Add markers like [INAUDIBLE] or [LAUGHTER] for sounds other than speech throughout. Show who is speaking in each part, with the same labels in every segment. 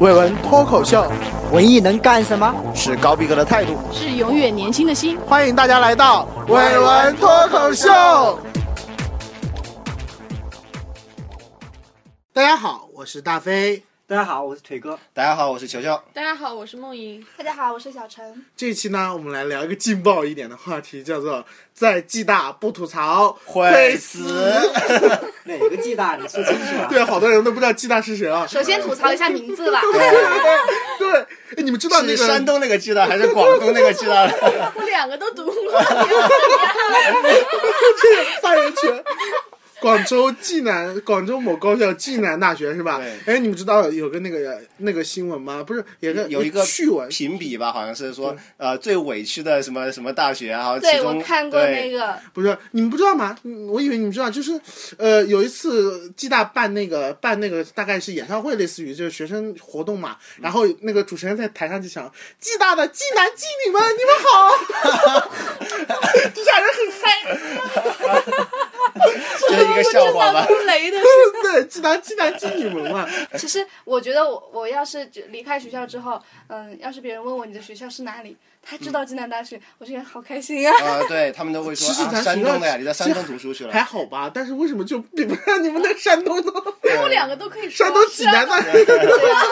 Speaker 1: 伟文脱口秀
Speaker 2: 文艺能干什么？
Speaker 1: 是高逼格的态度，
Speaker 3: 是永远年轻的心。
Speaker 1: 欢迎大家来到伟文脱口秀。大家好，我是大飞。
Speaker 2: 大家好，我是腿哥。
Speaker 4: 大家好，我是球球。
Speaker 5: 大家好，我是梦莹。
Speaker 6: 大家好，我是小陈。
Speaker 1: 这一期呢，我们来聊一个劲爆一点的话题，叫做“在暨大不吐槽
Speaker 4: 会死。
Speaker 2: 哪个暨大？你说清楚”。 [LAUGHS] 啊！
Speaker 1: [LAUGHS] 对，好多人都不知道暨大是谁啊。
Speaker 6: 首
Speaker 1: [LAUGHS]
Speaker 6: 先吐槽一下名字吧，
Speaker 1: 对，哎你们知道那
Speaker 4: 是
Speaker 1: 个
Speaker 4: 山东那个暨大还是广东那个暨大？
Speaker 1: [LAUGHS]
Speaker 5: 我两个都读过，
Speaker 1: [LAUGHS] 发言权。广州暨南，广州某高校暨南大学是吧？
Speaker 4: 对
Speaker 1: 哎，你们知道有个那个那个新闻吗？不是，有个
Speaker 4: 有一个
Speaker 1: 趣闻，
Speaker 4: 评比吧，好像是说呃最委屈的什么什么大学啊，
Speaker 6: [LAUGHS] 对
Speaker 4: 其中
Speaker 6: 我看过那
Speaker 4: 对 [LAUGHS]
Speaker 6: 个，
Speaker 1: 不是你们不知道吗？嗯我以为你们知道，就是呃，有一次暨大办那个办那个大概是演唱会，类似于就是学生活动嘛。然后那个主持人在台上就想：暨大的暨南暨女们，你们好！底下人很嗨，
Speaker 4: 就是一个笑话吧。
Speaker 6: 雷的。
Speaker 1: 嗯对，暨南暨南暨女们嘛。
Speaker 6: [LAUGHS]
Speaker 4: [LAUGHS]
Speaker 6: 其实我觉得我我要是离开学校之后，嗯，要是别人问我你的学校是哪里，他知道暨南大学，我就觉得好开心啊。
Speaker 4: 啊，对他们都会说
Speaker 1: 其实
Speaker 4: 啊
Speaker 1: 咱
Speaker 4: 山
Speaker 1: 学校
Speaker 4: 东的呀，你在
Speaker 1: 其
Speaker 4: 山
Speaker 1: 实
Speaker 4: 东读书去了
Speaker 1: 还。好吧，但是为什么就比不上你们那山
Speaker 6: [LAUGHS]
Speaker 1: 东呢？
Speaker 5: 我两个都可以说。
Speaker 1: 山东济南的。
Speaker 6: 对啊，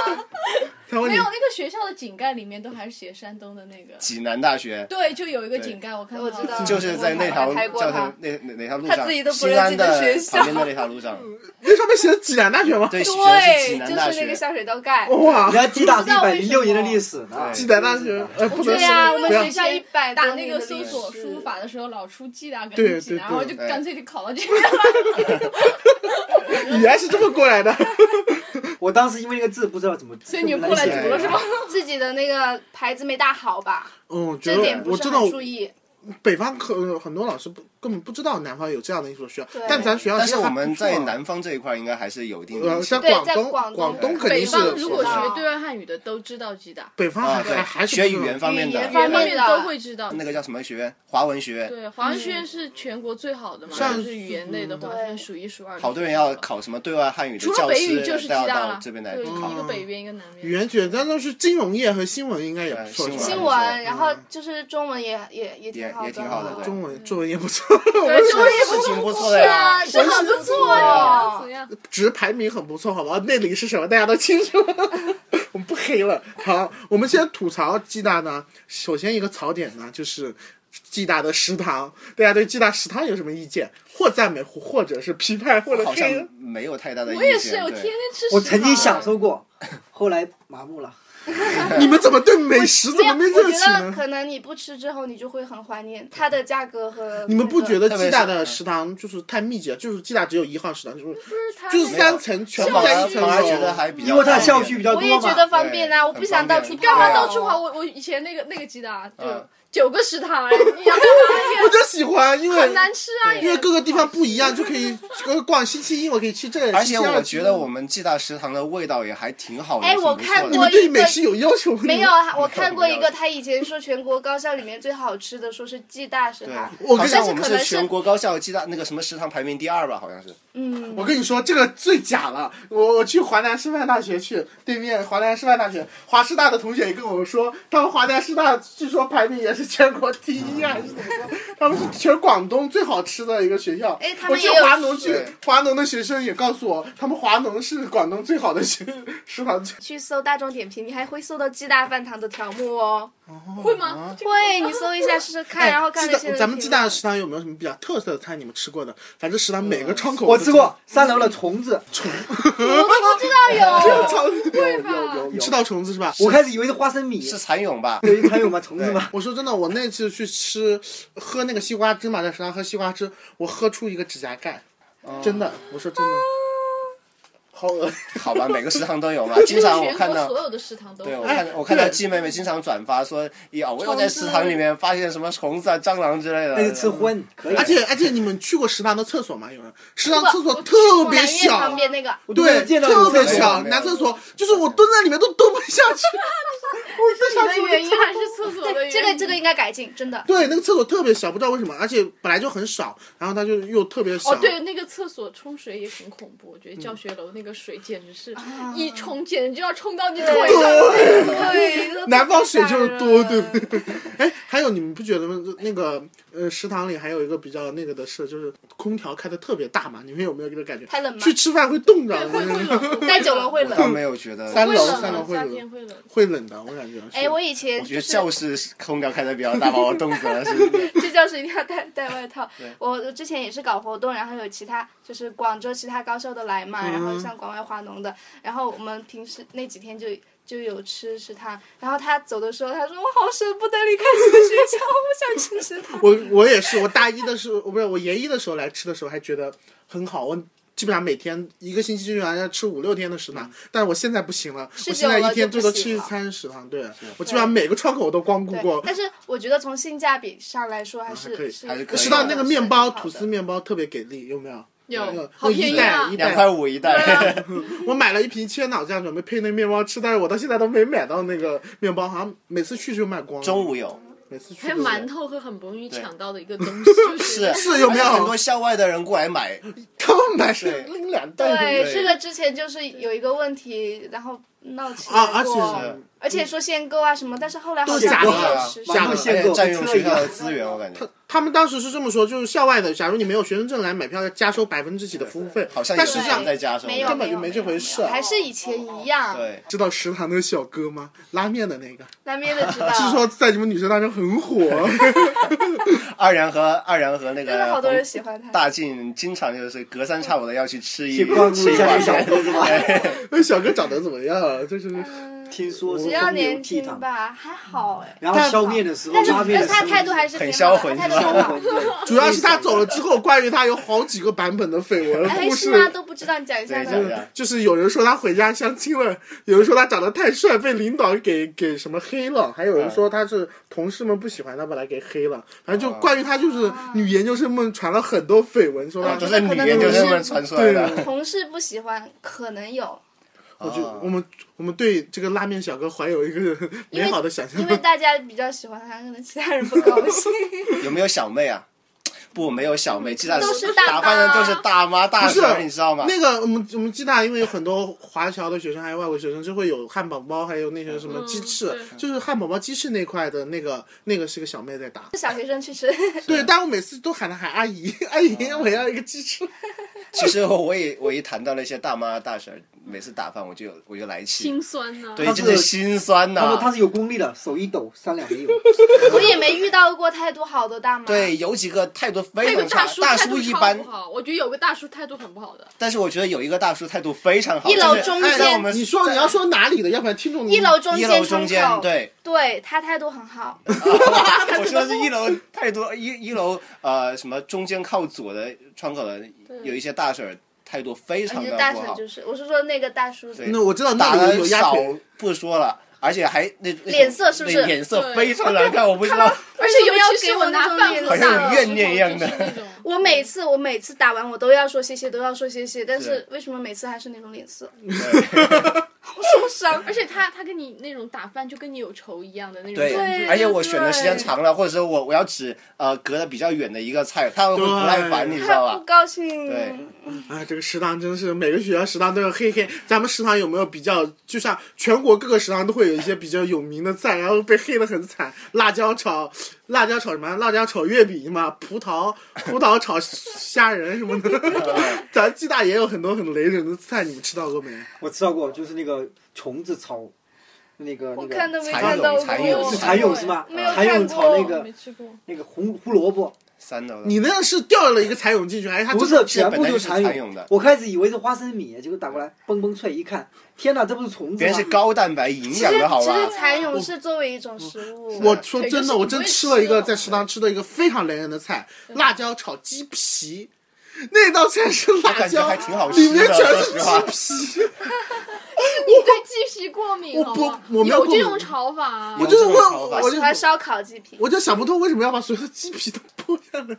Speaker 1: 他问
Speaker 5: 没
Speaker 1: 你
Speaker 5: 有那个学校的井盖里面都还是写山东的那个。
Speaker 4: 济南大学
Speaker 5: 对，就有一个井哦盖，我看到
Speaker 6: 我知道
Speaker 4: 就是在那条
Speaker 6: 我拍过
Speaker 4: 叫什
Speaker 6: 他
Speaker 4: 么那哪哪条路
Speaker 6: 他
Speaker 4: 上，
Speaker 6: 自己都不
Speaker 4: 西
Speaker 6: 认自
Speaker 4: 安
Speaker 6: 己的
Speaker 4: 的
Speaker 6: 学校
Speaker 4: 旁边的那条路上，
Speaker 1: 那上面写的济南大学
Speaker 4: [LAUGHS]
Speaker 1: 吗？
Speaker 4: 对，学的是济
Speaker 6: 对，
Speaker 4: 南大
Speaker 6: 就是那
Speaker 4: 学
Speaker 6: 个。下水道盖。
Speaker 1: 哇
Speaker 2: 人，家暨大是一百零六年的历史哎呢。
Speaker 4: 对
Speaker 1: 济南大
Speaker 2: [LAUGHS]
Speaker 1: 学，呃，不能
Speaker 6: 对呀、
Speaker 1: 说
Speaker 6: 我们
Speaker 1: 不要
Speaker 4: 啊
Speaker 6: 学校一百
Speaker 5: 打
Speaker 6: 多
Speaker 5: 那
Speaker 6: 年
Speaker 5: 个
Speaker 6: 的
Speaker 5: 搜
Speaker 6: 历
Speaker 5: 索
Speaker 6: 史
Speaker 5: 输入法的时候，老出暨大
Speaker 1: 对
Speaker 5: 跟济南，
Speaker 1: 对对
Speaker 5: 然后就
Speaker 4: 对哎
Speaker 5: 干脆就考到这个。
Speaker 1: 语言是这么过来的。
Speaker 2: 我当时因为那个字不知道怎么，
Speaker 5: 所以你就过来读了是吗？
Speaker 6: 自己的那个牌子没打好吧？
Speaker 1: [LAUGHS] 嗯，觉
Speaker 6: 这点
Speaker 1: 得
Speaker 6: 不
Speaker 1: 我
Speaker 6: 是
Speaker 1: 知
Speaker 6: 很
Speaker 1: 道
Speaker 6: 注意。
Speaker 1: 北方可呃很多老师不根本不知道南方有这样的一所学校
Speaker 6: 对，
Speaker 1: 但咱学校
Speaker 4: 但是
Speaker 1: 还
Speaker 4: 我们
Speaker 1: 不错啊
Speaker 4: 在南方这一块应该还是有一定的
Speaker 1: 呃，
Speaker 4: 影
Speaker 1: 像
Speaker 4: 响。
Speaker 6: 对
Speaker 1: 广
Speaker 6: 在
Speaker 1: 东，
Speaker 6: 广东
Speaker 1: 广东肯
Speaker 5: 北
Speaker 1: 定
Speaker 5: 方
Speaker 1: 是
Speaker 5: 如果
Speaker 6: 知道
Speaker 5: 学对外汉语的都知道暨
Speaker 4: [LAUGHS]
Speaker 5: 大，
Speaker 1: 北方
Speaker 4: 啊，
Speaker 1: 还
Speaker 4: 对，
Speaker 1: 还还是
Speaker 4: 学
Speaker 1: 不
Speaker 4: 语
Speaker 1: 是
Speaker 4: 言方面
Speaker 5: 语
Speaker 4: 的
Speaker 5: 言方面
Speaker 6: 对
Speaker 5: 都会知道。
Speaker 4: 那个叫什么学院？华文学院。
Speaker 5: 对，华文学院是全国最好的嘛，
Speaker 1: 像
Speaker 5: 就是语言类的话，
Speaker 6: 对
Speaker 5: 它是数一数二
Speaker 4: 嗯
Speaker 5: 的。
Speaker 4: 好多人要考什么对外汉语的
Speaker 5: 除了
Speaker 4: 教
Speaker 5: 北语
Speaker 4: 师，
Speaker 5: 就是
Speaker 4: 都
Speaker 5: 暨
Speaker 4: 要
Speaker 5: 大
Speaker 4: 到
Speaker 5: 了，
Speaker 4: 这边来
Speaker 5: 对，
Speaker 4: 考嗯
Speaker 5: 一。个北边一个南边。
Speaker 1: 语言学，但都是金融业和新闻应该也不
Speaker 4: 对
Speaker 1: 错，是吧
Speaker 4: 新
Speaker 6: 新
Speaker 4: 闻
Speaker 6: 闻，
Speaker 1: 嗯
Speaker 6: 然后就是中文也也也挺
Speaker 4: 也
Speaker 6: 好的，
Speaker 4: 也挺好的对
Speaker 1: 中文中文也不错，
Speaker 5: 对，中文也
Speaker 4: 是挺不嗯错的
Speaker 5: 啊
Speaker 4: 呀。
Speaker 6: 是很不错
Speaker 5: 哦
Speaker 6: 哦
Speaker 5: 怎。样？
Speaker 1: 只是排名很不错，好吧？内里是什么大家都清楚， [LAUGHS] 我们不黑了。好，我们先吐槽暨大呢，首先一个槽点呢就是。暨大的食堂，大家对暨大食堂有什么意见？或赞美，或或者是批判，或者
Speaker 4: 好像
Speaker 1: 黑。
Speaker 4: 没有太大的意
Speaker 5: 我
Speaker 4: 见。
Speaker 5: 也是，我
Speaker 4: 对
Speaker 5: 天天吃。
Speaker 2: 我曾经享，受过，后来麻木了。
Speaker 1: 你们怎么对美食怎
Speaker 6: 没
Speaker 1: 么
Speaker 6: 有，
Speaker 1: 没
Speaker 6: 我
Speaker 1: 热
Speaker 6: 觉
Speaker 1: 情
Speaker 6: 得
Speaker 1: 呢？
Speaker 6: 可能你不吃之后，你就会很怀念它的价格和
Speaker 1: 你们不觉得
Speaker 4: 特
Speaker 1: 暨
Speaker 4: 别是
Speaker 1: 大的食堂就是太密集了？就是暨大只有一号食堂，就是
Speaker 5: 它
Speaker 1: 就是三层全
Speaker 4: 我
Speaker 1: 部
Speaker 4: 反
Speaker 1: 在
Speaker 4: 而
Speaker 1: 一层
Speaker 4: 反而觉得
Speaker 1: 楼。
Speaker 4: 还比较，
Speaker 2: 因为它校区比较
Speaker 6: 那个？
Speaker 2: 多
Speaker 6: 我
Speaker 2: 嘛。
Speaker 6: 也觉得方便啊，
Speaker 4: 对
Speaker 6: 我不想到处
Speaker 4: 很方
Speaker 6: 跑。
Speaker 4: 便
Speaker 5: 干嘛
Speaker 4: 对啊嗯
Speaker 5: 到处跑？？我我以前那个那个鸡蛋啊，就九个食堂，哎你要干嘛
Speaker 1: 我就喜欢，因
Speaker 5: 呀？
Speaker 1: 为
Speaker 5: 很难吃啊！
Speaker 1: 因为
Speaker 5: 也
Speaker 1: 各个地方不一样，就可以呃逛星期一，我可以去这里。
Speaker 4: 而
Speaker 1: 星
Speaker 4: 且
Speaker 1: 期二
Speaker 4: 我
Speaker 1: 去
Speaker 4: 觉得我们暨大食堂的味道也还挺好的。
Speaker 6: 哎
Speaker 4: 挺不
Speaker 6: 我
Speaker 4: 错
Speaker 6: 看
Speaker 4: 的
Speaker 1: 你
Speaker 6: 过
Speaker 1: 们对
Speaker 6: 一个
Speaker 1: 美食有要求吗？
Speaker 6: 没有，啊，我看过一
Speaker 1: [LAUGHS]
Speaker 6: 个，他以前说全国高校里面最好吃的，说是暨大食
Speaker 4: 对
Speaker 6: 堂。，
Speaker 1: 我
Speaker 4: 好
Speaker 1: 跟
Speaker 4: 像
Speaker 6: 但是
Speaker 4: 我们
Speaker 6: 可能是
Speaker 4: 全国高校暨大那个什么食堂排名第二吧，好像是。
Speaker 6: 嗯，
Speaker 1: 我跟你说，这个最假了。我我去华南师范大学去对面华南师范大学华师大的同学也跟我说，他们华南师大据说排名也是全国第一啊，还是怎么说？他们是全广东最好吃的一个学校。
Speaker 6: [LAUGHS] 哎他
Speaker 1: 我
Speaker 6: 们
Speaker 1: 去
Speaker 6: 也有
Speaker 1: 华农去
Speaker 4: 对，
Speaker 1: 华农的学生也告诉我，他们华农是广东最好的学食堂。
Speaker 6: 去搜大众点评，你还会搜到暨大饭堂的条目哦。
Speaker 5: 会吗？
Speaker 6: 会，你搜一下试试看，
Speaker 1: 哎
Speaker 6: 然后看
Speaker 1: 记
Speaker 6: 那
Speaker 1: 得
Speaker 6: 些人
Speaker 1: 咱们
Speaker 6: 评
Speaker 1: 暨
Speaker 6: 论
Speaker 1: 大食堂有没有什么比较特色的菜？你们吃过的，反正食堂每个窗口
Speaker 2: 嗯我
Speaker 1: 都
Speaker 2: 吃过三楼的虫子，
Speaker 1: 这个窗口
Speaker 2: 有有有
Speaker 1: 你
Speaker 2: 有
Speaker 1: 吃。到虫子是吧？
Speaker 2: 我开始以为是花生米，
Speaker 4: 是蚕蛹
Speaker 5: [LAUGHS]
Speaker 4: 吧？
Speaker 2: 有一还有吗？虫子吗？
Speaker 1: 我说真的，我那次去吃喝那个西瓜汁嘛，在食堂喝西瓜汁，我喝出一个指甲盖，
Speaker 2: 哦
Speaker 1: 真的，我说真
Speaker 6: 啊
Speaker 1: 的，好恶心。
Speaker 4: 好吧，每个食堂都
Speaker 5: [LAUGHS]
Speaker 4: 有嘛。
Speaker 5: 就是
Speaker 4: 经常我
Speaker 5: 全
Speaker 4: 看
Speaker 5: 国
Speaker 4: 到
Speaker 5: 所有的食堂都
Speaker 4: 对，我
Speaker 2: 哎
Speaker 5: 有。
Speaker 4: 看我看到
Speaker 1: 对
Speaker 4: 季妹妹经常转发说，呀，我又
Speaker 5: 虫
Speaker 4: 在
Speaker 5: 子啊
Speaker 4: 食堂里面发现什么虫子啊、蟑螂之类的。
Speaker 2: 那就吃荤，可以。
Speaker 1: 而且而且你们去过食堂的厕所吗？有人食堂厕所
Speaker 5: 我
Speaker 1: 特别
Speaker 6: 南苑旁
Speaker 1: 小，
Speaker 6: 边那个，
Speaker 2: 我都没有
Speaker 1: 对，
Speaker 2: 见到
Speaker 1: 特
Speaker 2: 你
Speaker 1: 别
Speaker 2: 吃过
Speaker 1: 小，
Speaker 4: 没有
Speaker 1: 男厕所就是我蹲在里面都蹲不下去，
Speaker 5: 是你的原因还是厕 [LAUGHS] 所的原因？
Speaker 6: 这个这个应该改进，真 [LAUGHS] 的。
Speaker 1: 对，那个厕所特别小，不知道为什么，而且本来就很少，然后它就又特别小。
Speaker 5: 哦
Speaker 4: 嗯
Speaker 5: 哦，对，那个厕所冲水也很恐怖，我觉得教学楼那个水简直是一冲，简直就要冲到你腿上。
Speaker 6: 对，
Speaker 1: 南方水就是多，对不对？哎，还有你们不觉得吗？那个呃，食堂里还有一个比较那个的事，就是空调开的特别大嘛，你们有没有这个感觉？
Speaker 6: 太冷吗
Speaker 1: 去？吃饭会冻着，
Speaker 5: 会会冷，
Speaker 6: 待久了会
Speaker 4: 我倒
Speaker 6: 冷。
Speaker 4: 没有觉
Speaker 2: 嗯
Speaker 4: 得，
Speaker 1: 三
Speaker 5: 会
Speaker 1: 楼
Speaker 5: 冷，
Speaker 1: 三楼会
Speaker 5: 夏
Speaker 1: 冷
Speaker 5: 天会冷。
Speaker 1: 会冷的，我感觉。
Speaker 6: 哎，我以前
Speaker 4: 我觉
Speaker 6: 就
Speaker 4: 得
Speaker 6: 是
Speaker 4: 教室空调开的比较大，把我冻死了，是不是？
Speaker 6: [LAUGHS] 去教室一定要带带外套。我我之前也是搞活动，然后有其他就是广州其他高校的来嘛，然后像广外华农的，然后我们平时那几天就。就有吃食堂，然后他走的时候，他说：“我好舍不得离开你的学校，我不想吃食堂。
Speaker 1: 我我也是，我大一的时候，不是我研一的时候来吃的时候还觉得很好，我基本上每天一个星期就要吃五六天的食堂，但是我现在不行了，我现在一天最多吃一餐食堂，对我基本上每个窗口我都光”顾
Speaker 6: 对
Speaker 1: 过，。啊
Speaker 6: 但是我觉得从性价比上来说，
Speaker 1: 还
Speaker 6: 还
Speaker 1: 可以
Speaker 6: 是是
Speaker 4: 还是可以
Speaker 1: 食堂那个面包
Speaker 6: 是好的
Speaker 1: 吐司面包特别给力，有没有？
Speaker 5: 有
Speaker 1: 那个
Speaker 5: 好便宜啊
Speaker 1: 那一袋
Speaker 4: 两
Speaker 1: 一
Speaker 4: 块
Speaker 1: 袋，
Speaker 4: 五一袋，
Speaker 1: 我买了一瓶切脑酱，准备配那面包吃，但是我到现在都没买到那个面包，好像每次去就卖光了。
Speaker 4: [LAUGHS] 中午有。
Speaker 1: 每次去
Speaker 5: 还有
Speaker 1: 都有
Speaker 5: 馒头和很不容易抢到的一个东西，就
Speaker 4: [LAUGHS]
Speaker 5: 是
Speaker 4: 是
Speaker 1: 是有没有
Speaker 4: 而且
Speaker 1: [LAUGHS]
Speaker 4: 很多校外的人过来买？
Speaker 1: 他们买是
Speaker 4: 对
Speaker 1: 拎两袋
Speaker 6: 对
Speaker 4: 对
Speaker 6: 这个之前就是有一个问题，然后闹起
Speaker 1: 啊，
Speaker 6: 来
Speaker 1: 而
Speaker 6: 过，
Speaker 1: 且
Speaker 6: 而且说限购啊什么，但是后来好
Speaker 1: 都假
Speaker 6: 像
Speaker 1: 的
Speaker 6: 没
Speaker 4: 对
Speaker 6: 有
Speaker 4: 啊
Speaker 6: 实施。
Speaker 1: 假
Speaker 2: 馒
Speaker 1: 的
Speaker 2: 头
Speaker 4: 而
Speaker 2: 限
Speaker 4: 且
Speaker 2: 购
Speaker 4: 占用
Speaker 2: 车
Speaker 4: 学
Speaker 2: 一
Speaker 4: 校的
Speaker 2: 样，
Speaker 4: 资源，我感觉
Speaker 1: 他们当时是这么说，就是校外的，假如你没有学生证来买票，加收百分之几的服务费。
Speaker 4: 好像有
Speaker 1: 但实际
Speaker 4: 人
Speaker 1: 上
Speaker 4: 在加收。
Speaker 6: 没有，
Speaker 1: 根本就没
Speaker 6: 有
Speaker 1: 这回
Speaker 6: 有
Speaker 1: 事
Speaker 6: 啊
Speaker 1: 啊
Speaker 6: 还是以前一样。
Speaker 4: 对，
Speaker 1: 知道食堂那个小哥吗？拉面的
Speaker 6: [LAUGHS]
Speaker 1: 那个，
Speaker 6: 那边的知道。
Speaker 1: 据说在你们女生当中很火。
Speaker 4: 二然和二然和那
Speaker 6: 真的好
Speaker 4: 个
Speaker 6: 多人喜欢他。
Speaker 4: 大进经常就是隔三差五的要去吃一
Speaker 2: 去光顾
Speaker 4: 吃
Speaker 2: 一
Speaker 4: 一
Speaker 2: 下
Speaker 4: 碗
Speaker 2: 这小
Speaker 4: 面。
Speaker 2: 哥是吧？
Speaker 1: 那小哥长得怎么样？啊就是
Speaker 6: 哎嗯
Speaker 2: 听说是
Speaker 6: 只要
Speaker 2: 风流
Speaker 6: 年
Speaker 2: 倜
Speaker 6: 轻
Speaker 2: 傥，
Speaker 6: 吧， [LAUGHS] 还好哎。
Speaker 2: 然后消面的时候，
Speaker 6: 但是
Speaker 2: 拉
Speaker 6: 但
Speaker 2: 面
Speaker 6: 是
Speaker 2: 的时候，
Speaker 6: 他态度还是
Speaker 4: 很
Speaker 6: 挺
Speaker 4: 销
Speaker 6: 好的，
Speaker 4: 魂
Speaker 6: 他态
Speaker 4: 是
Speaker 6: 度
Speaker 4: 吧
Speaker 6: 很
Speaker 1: [LAUGHS]
Speaker 6: 好。
Speaker 1: 主要是他走了之后，关于他有好几个版本的绯闻
Speaker 6: 哎，
Speaker 1: 故
Speaker 6: 是
Speaker 1: 事。
Speaker 6: 吗？都不知道，你讲一下
Speaker 4: 对，
Speaker 1: 就
Speaker 4: 讲一
Speaker 6: 呢。
Speaker 1: 是
Speaker 4: 下。
Speaker 1: 就是有人说他回家相亲了，有人说他长得太帅被领导给给什么黑了，还有人说他是同事们不喜欢他把他给黑了，反
Speaker 4: 啊
Speaker 1: 正就关于他就是女研究生们传了很多绯闻，说
Speaker 4: 啊
Speaker 1: 他
Speaker 4: 都是女研究生们传出来的。
Speaker 6: 同事不喜欢，可能有，
Speaker 1: 我觉得
Speaker 4: 哦
Speaker 1: 我们我们对这个拉面小哥怀有一个美好的想象
Speaker 6: 因。为大家比较喜欢他，可能其他人不高
Speaker 4: [LAUGHS]
Speaker 6: 兴。
Speaker 4: 有没有小妹啊？不，没有小妹，鸡蛋
Speaker 6: 都是大妈
Speaker 4: 打扮的都是大妈大
Speaker 1: 不是啊
Speaker 4: 婶，你知道吗？
Speaker 1: 那个我们我们暨大因为有很多华侨的学生，还有外国学生，就会有汉堡包，还有那些什么鸡翅，
Speaker 5: 对
Speaker 1: 就是汉堡包鸡翅那块的那个那个是个小妹在打。
Speaker 6: 小学生去吃，
Speaker 1: 对，哦但我每次都喊她喊阿姨， [LAUGHS] 阿姨，我要一个鸡翅。
Speaker 4: 其实我也我一谈到那些大妈大婶，每次打饭我就我就来气，
Speaker 5: 心酸呐。
Speaker 4: 对，
Speaker 2: 他
Speaker 4: 真的
Speaker 2: 是
Speaker 4: 心酸
Speaker 2: 他说
Speaker 4: 呐、
Speaker 2: 他是有功力的，手一抖，三两没
Speaker 4: [LAUGHS]
Speaker 2: 有。
Speaker 6: 我也没遇到过态度好的大妈。
Speaker 4: 对，有几个态度非
Speaker 5: 那个
Speaker 4: 常差，
Speaker 5: 叔
Speaker 4: 大
Speaker 5: 态
Speaker 4: 叔
Speaker 5: 度
Speaker 4: 一
Speaker 5: 超
Speaker 4: 般
Speaker 5: 不，好，我觉得有个大叔态度很不好的，
Speaker 4: 但是我觉得有一个大叔态度非常好，
Speaker 6: 一楼
Speaker 4: 就是
Speaker 6: 中
Speaker 4: 哎
Speaker 6: 间
Speaker 4: 在我们
Speaker 1: 你说你要说哪里的，要不然听众
Speaker 6: 一楼中
Speaker 4: 一
Speaker 6: 间
Speaker 4: 楼
Speaker 6: 窗
Speaker 4: 中间
Speaker 6: 口， [LAUGHS]
Speaker 4: 对，啊
Speaker 6: 对他态度很好，
Speaker 4: 我说的是一楼态度，一一楼呃什么中间靠左的窗口的有一些大婶儿态度非常
Speaker 6: 你
Speaker 4: 的
Speaker 6: 的大
Speaker 4: 不
Speaker 6: 婶
Speaker 4: 好，
Speaker 6: 就是，我是说那个大叔，
Speaker 4: 对
Speaker 1: 那我知道
Speaker 4: 打
Speaker 1: 那里
Speaker 4: 的
Speaker 1: 有鸭
Speaker 4: 少
Speaker 1: 腿，
Speaker 4: 不说了，而且还那那种
Speaker 6: 脸色是不是
Speaker 4: 那脸色非常难看，我不知道。
Speaker 5: 而且尤
Speaker 6: 为
Speaker 5: 其是
Speaker 6: 什么要给我那种脸
Speaker 5: 拿饭盒
Speaker 6: 色
Speaker 5: 打
Speaker 4: 好像有怨念一样的
Speaker 5: 的时候就是那种
Speaker 6: 我每次我每次打完我都要说谢谢，都要说谢谢，但是为什么每次还是那种脸
Speaker 4: [LAUGHS]
Speaker 6: 色？好受伤，
Speaker 5: 而且他他跟你那种打饭就跟你有仇一样的那种
Speaker 4: 对，
Speaker 5: 感觉，
Speaker 4: 而且我选的时间长了，或者说我我要指呃隔得比较远的一个菜，他们会不耐烦，
Speaker 1: 对
Speaker 4: 你知道
Speaker 6: [LAUGHS] 他不
Speaker 4: 吧？
Speaker 6: 高兴。
Speaker 4: 对
Speaker 1: 啊，这个食堂真是每个学校食堂都有嘿嘿。咱们食堂有没有比较，就像全国各个食堂都会有一些比较有名的菜，然后被黑的很惨。辣椒炒辣椒炒什么？辣椒炒月饼嘛，葡萄葡萄炒虾仁什么 [LAUGHS] 的。咱暨大也有很多很雷人的菜，你们吃到过没？
Speaker 2: 我吃到过，就是那个虫子炒那个
Speaker 6: 我
Speaker 2: 那
Speaker 6: 看
Speaker 2: 个
Speaker 6: 都没看到过，
Speaker 4: 蚕蛹蚕蛹
Speaker 2: 是蚕蛹是吗？
Speaker 6: 没有
Speaker 2: 蚕蛹
Speaker 6: 看
Speaker 2: 炒
Speaker 6: 过
Speaker 2: 那个
Speaker 5: 没吃过。
Speaker 2: 那个红胡萝卜，
Speaker 4: 三楼的
Speaker 1: 你那是掉了一个蚕蛹进去，还是它
Speaker 2: 不
Speaker 1: 真
Speaker 2: 是
Speaker 1: 的
Speaker 2: 全
Speaker 4: 本
Speaker 2: 部
Speaker 4: 来
Speaker 2: 就
Speaker 4: 就是是
Speaker 2: 蚕
Speaker 4: 蚕蛹的
Speaker 2: 我开始以为是花生米，结果打过来蹦蹦脆，一看，天哪，这不是虫子
Speaker 4: 别
Speaker 2: 吗
Speaker 4: 人？是高蛋白营
Speaker 6: 其实
Speaker 4: 养的好啊
Speaker 6: 其实
Speaker 4: 吧？
Speaker 6: 蚕蛹是作为一种食物，
Speaker 1: 我说真的，我真吃了一个
Speaker 5: 对
Speaker 1: 在食堂吃的一个非常雷人的菜，辣椒炒鸡皮。那道菜是辣
Speaker 4: 感觉
Speaker 1: 椒，
Speaker 4: 还挺好吃
Speaker 1: 里面
Speaker 4: 的，
Speaker 1: 全
Speaker 4: 说
Speaker 1: 是
Speaker 4: 实话。
Speaker 1: 鸡皮。
Speaker 5: 你对鸡皮过敏
Speaker 1: 我
Speaker 5: 好
Speaker 1: 不
Speaker 5: 吗？
Speaker 1: 我没有
Speaker 5: 有
Speaker 1: 过敏
Speaker 5: 这种炒法啊
Speaker 1: 我，就是问，
Speaker 4: 我
Speaker 1: 我
Speaker 6: 我
Speaker 1: 就
Speaker 6: 喜欢烧烤鸡皮。
Speaker 1: 我就想不通为什么要把所有的鸡皮都剥下来。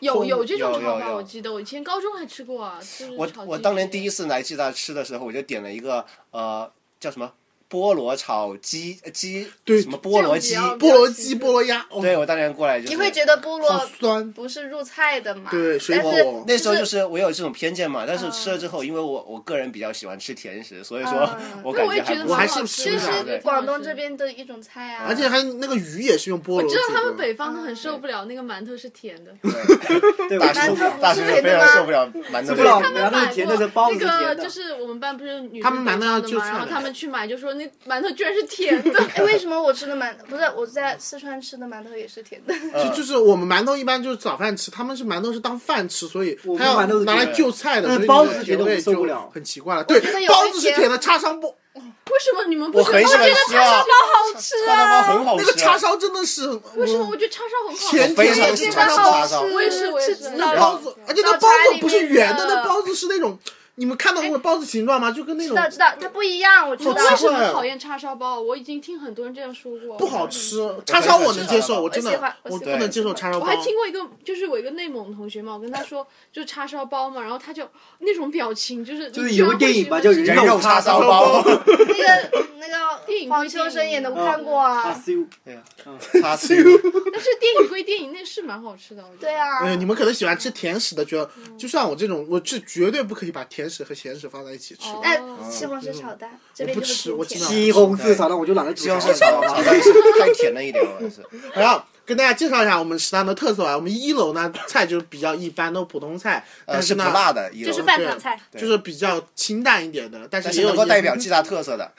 Speaker 5: 有有这种炒
Speaker 4: 有有
Speaker 5: 法，
Speaker 4: 有
Speaker 5: 我记得我以前高中还吃过啊。就
Speaker 4: [LAUGHS]
Speaker 5: 是
Speaker 4: 我
Speaker 5: 炒
Speaker 4: 我
Speaker 5: 鸡
Speaker 4: 当
Speaker 5: 皮
Speaker 4: 年第一次来暨大吃的时候，我就点了一个呃叫什么菠萝炒鸡呃鸡，
Speaker 1: 对
Speaker 4: 什么菠萝鸡
Speaker 5: 酱，比较
Speaker 1: 菠萝鸡、菠萝鸭，哦、
Speaker 4: 对我当年过来就是。
Speaker 6: 你会觉得菠
Speaker 1: 好
Speaker 6: 萝
Speaker 1: 酸，
Speaker 6: 不是入菜的嘛？
Speaker 1: 对水
Speaker 6: 但
Speaker 1: 果
Speaker 6: 是
Speaker 4: 那时候就是我有这种偏见嘛，但是吃了之后，因为我我个人比较喜欢吃甜食，所以说
Speaker 6: 嗯
Speaker 4: 我
Speaker 5: 那
Speaker 4: 感
Speaker 5: 我也
Speaker 4: 还
Speaker 5: 觉得
Speaker 4: 不
Speaker 1: 我
Speaker 5: 蛮
Speaker 1: 还
Speaker 5: 好
Speaker 1: 是吃
Speaker 5: 吃的
Speaker 1: 不上对
Speaker 6: 是广东这边的一种菜啊。
Speaker 1: 而且还那个鱼也是用菠萝
Speaker 5: 我
Speaker 1: 煮
Speaker 5: 知
Speaker 1: 的。
Speaker 5: 道他们北方很受不了那个馒头是甜的，
Speaker 2: 对吧
Speaker 4: 大？叔
Speaker 6: 馒头不
Speaker 4: 大
Speaker 6: 是
Speaker 4: 叔
Speaker 6: 甜
Speaker 4: 非
Speaker 6: 的
Speaker 4: 常
Speaker 6: 吗
Speaker 4: 受不了馒头
Speaker 2: 受不
Speaker 1: 哦
Speaker 2: 了馒
Speaker 5: 他们
Speaker 2: 头
Speaker 5: 买
Speaker 2: 是甜的这包
Speaker 5: 过
Speaker 2: 子是
Speaker 5: 那个，
Speaker 2: 甜的
Speaker 5: 就是我们班不是女
Speaker 1: 他们
Speaker 5: 生
Speaker 1: 馒头要
Speaker 5: 北
Speaker 1: 就
Speaker 5: 方
Speaker 1: 菜
Speaker 5: 的嘛，然后
Speaker 1: 的
Speaker 5: 他们去买就说那馒头居然是
Speaker 1: [LAUGHS]
Speaker 5: 甜的，
Speaker 6: 哎，为什么我吃的馒不是我在四川吃的馒头也是甜的？
Speaker 4: 嗯
Speaker 1: 就就是我们馒头一般就是早饭吃，他们是馒头是当饭吃，所以
Speaker 2: 我们
Speaker 1: 他要
Speaker 2: 馒头是
Speaker 1: 拿来
Speaker 4: 甜的
Speaker 1: 就菜的，
Speaker 4: 嗯
Speaker 1: 所以
Speaker 2: 但是包
Speaker 1: 那个
Speaker 2: 子
Speaker 1: 甜
Speaker 2: 觉得我
Speaker 1: 味
Speaker 2: 们受
Speaker 1: 就
Speaker 2: 不了
Speaker 1: 很奇怪了。对
Speaker 6: 觉得，有
Speaker 1: 包
Speaker 6: 一
Speaker 1: 子是
Speaker 6: 天
Speaker 1: 甜的，叉烧不
Speaker 5: 为什么你们不
Speaker 4: 我
Speaker 5: 喜欢
Speaker 4: 很喜欢吃啊，叉烧包很好
Speaker 1: 那个
Speaker 4: 吃啊，
Speaker 1: 叉烧真的是
Speaker 5: 为什么
Speaker 1: 嗯
Speaker 5: 我觉得叉烧很好
Speaker 1: 甜
Speaker 5: 吃？
Speaker 4: 非
Speaker 1: 甜
Speaker 4: 常
Speaker 1: 的
Speaker 4: 喜
Speaker 1: 叉
Speaker 4: 欢吃
Speaker 1: 烧
Speaker 4: 叉烧，
Speaker 5: 我也是，我也
Speaker 6: 是
Speaker 5: 是
Speaker 6: 知道
Speaker 1: 那
Speaker 6: 的
Speaker 1: 包子，而且那
Speaker 6: 早
Speaker 1: 包
Speaker 6: 餐
Speaker 1: 子
Speaker 6: 里
Speaker 1: 不是
Speaker 6: 面
Speaker 1: 圆的，
Speaker 6: 的
Speaker 1: 那包子是那种你们看到过包子形状吗？就跟那
Speaker 6: 知
Speaker 1: 种
Speaker 6: 道知道，它不一样，我知
Speaker 1: 好
Speaker 6: 道。
Speaker 5: 为
Speaker 1: 奇
Speaker 5: 什
Speaker 1: 怪
Speaker 5: 么讨厌叉烧包？我已经听很多人这样说过。
Speaker 1: 不好吃。
Speaker 4: 很
Speaker 1: 叉
Speaker 4: 喜
Speaker 1: 烧
Speaker 4: 欢
Speaker 1: 我
Speaker 4: 吃
Speaker 1: 能
Speaker 4: 叉
Speaker 1: 接
Speaker 4: 烧
Speaker 1: 受，
Speaker 4: 包
Speaker 1: 我真
Speaker 6: 我喜
Speaker 1: 的
Speaker 6: 欢我喜
Speaker 1: 不
Speaker 4: 欢
Speaker 1: 能接受叉烧
Speaker 5: 我
Speaker 1: 包。
Speaker 5: 还听过一个，就是我一个内蒙同学嘛，我跟他说就是叉烧包嘛，然后他就那种表情，就是
Speaker 2: 就是
Speaker 5: 你
Speaker 2: 有个
Speaker 5: 居然会
Speaker 2: 电影
Speaker 5: 觉
Speaker 2: 吧
Speaker 5: 得
Speaker 2: 叫
Speaker 5: 是
Speaker 4: 人
Speaker 2: 肉
Speaker 4: 肉
Speaker 2: 叉
Speaker 4: 叉烧
Speaker 1: [LAUGHS]
Speaker 2: 烧
Speaker 4: 包，
Speaker 6: 那个那
Speaker 5: 电
Speaker 6: 个
Speaker 5: 影不
Speaker 6: 黄秋生演的，我
Speaker 2: 电影
Speaker 6: 看过
Speaker 2: 啊
Speaker 6: 啊。
Speaker 2: ，see
Speaker 1: [LAUGHS]
Speaker 4: 叉烧。
Speaker 5: 但是电影归电影，那是蛮好吃的。我觉得哦
Speaker 6: 对，啊
Speaker 1: 哎，，你们可能喜欢吃甜食的，觉得就像我这种，我是绝对不可以把甜食和咸食放在一起吃的。
Speaker 5: 哦
Speaker 6: 那西红柿炒蛋这边
Speaker 1: 我不
Speaker 6: 就
Speaker 1: 吃
Speaker 6: 是
Speaker 1: 我
Speaker 6: 甜
Speaker 1: 知道
Speaker 6: 甜的。
Speaker 2: 西红柿炒蛋我就懒得煮
Speaker 4: 西红
Speaker 2: 了，
Speaker 4: 柿炒炒蛋是太甜了一点，我
Speaker 1: [LAUGHS]
Speaker 4: 还是。
Speaker 1: 然后跟大家介绍一下我们食堂的特色啊，我们一楼呢菜就是比较一般，都普通菜，
Speaker 4: 呃，
Speaker 1: 但
Speaker 4: 是不
Speaker 1: 呢
Speaker 4: 辣的，一楼
Speaker 6: 就是饭堂菜，
Speaker 4: 对
Speaker 1: 就是比较清淡一点的，但是
Speaker 4: 但
Speaker 1: 也
Speaker 4: 是
Speaker 1: 有
Speaker 4: 能够
Speaker 1: 一
Speaker 4: 代表吉大特色的。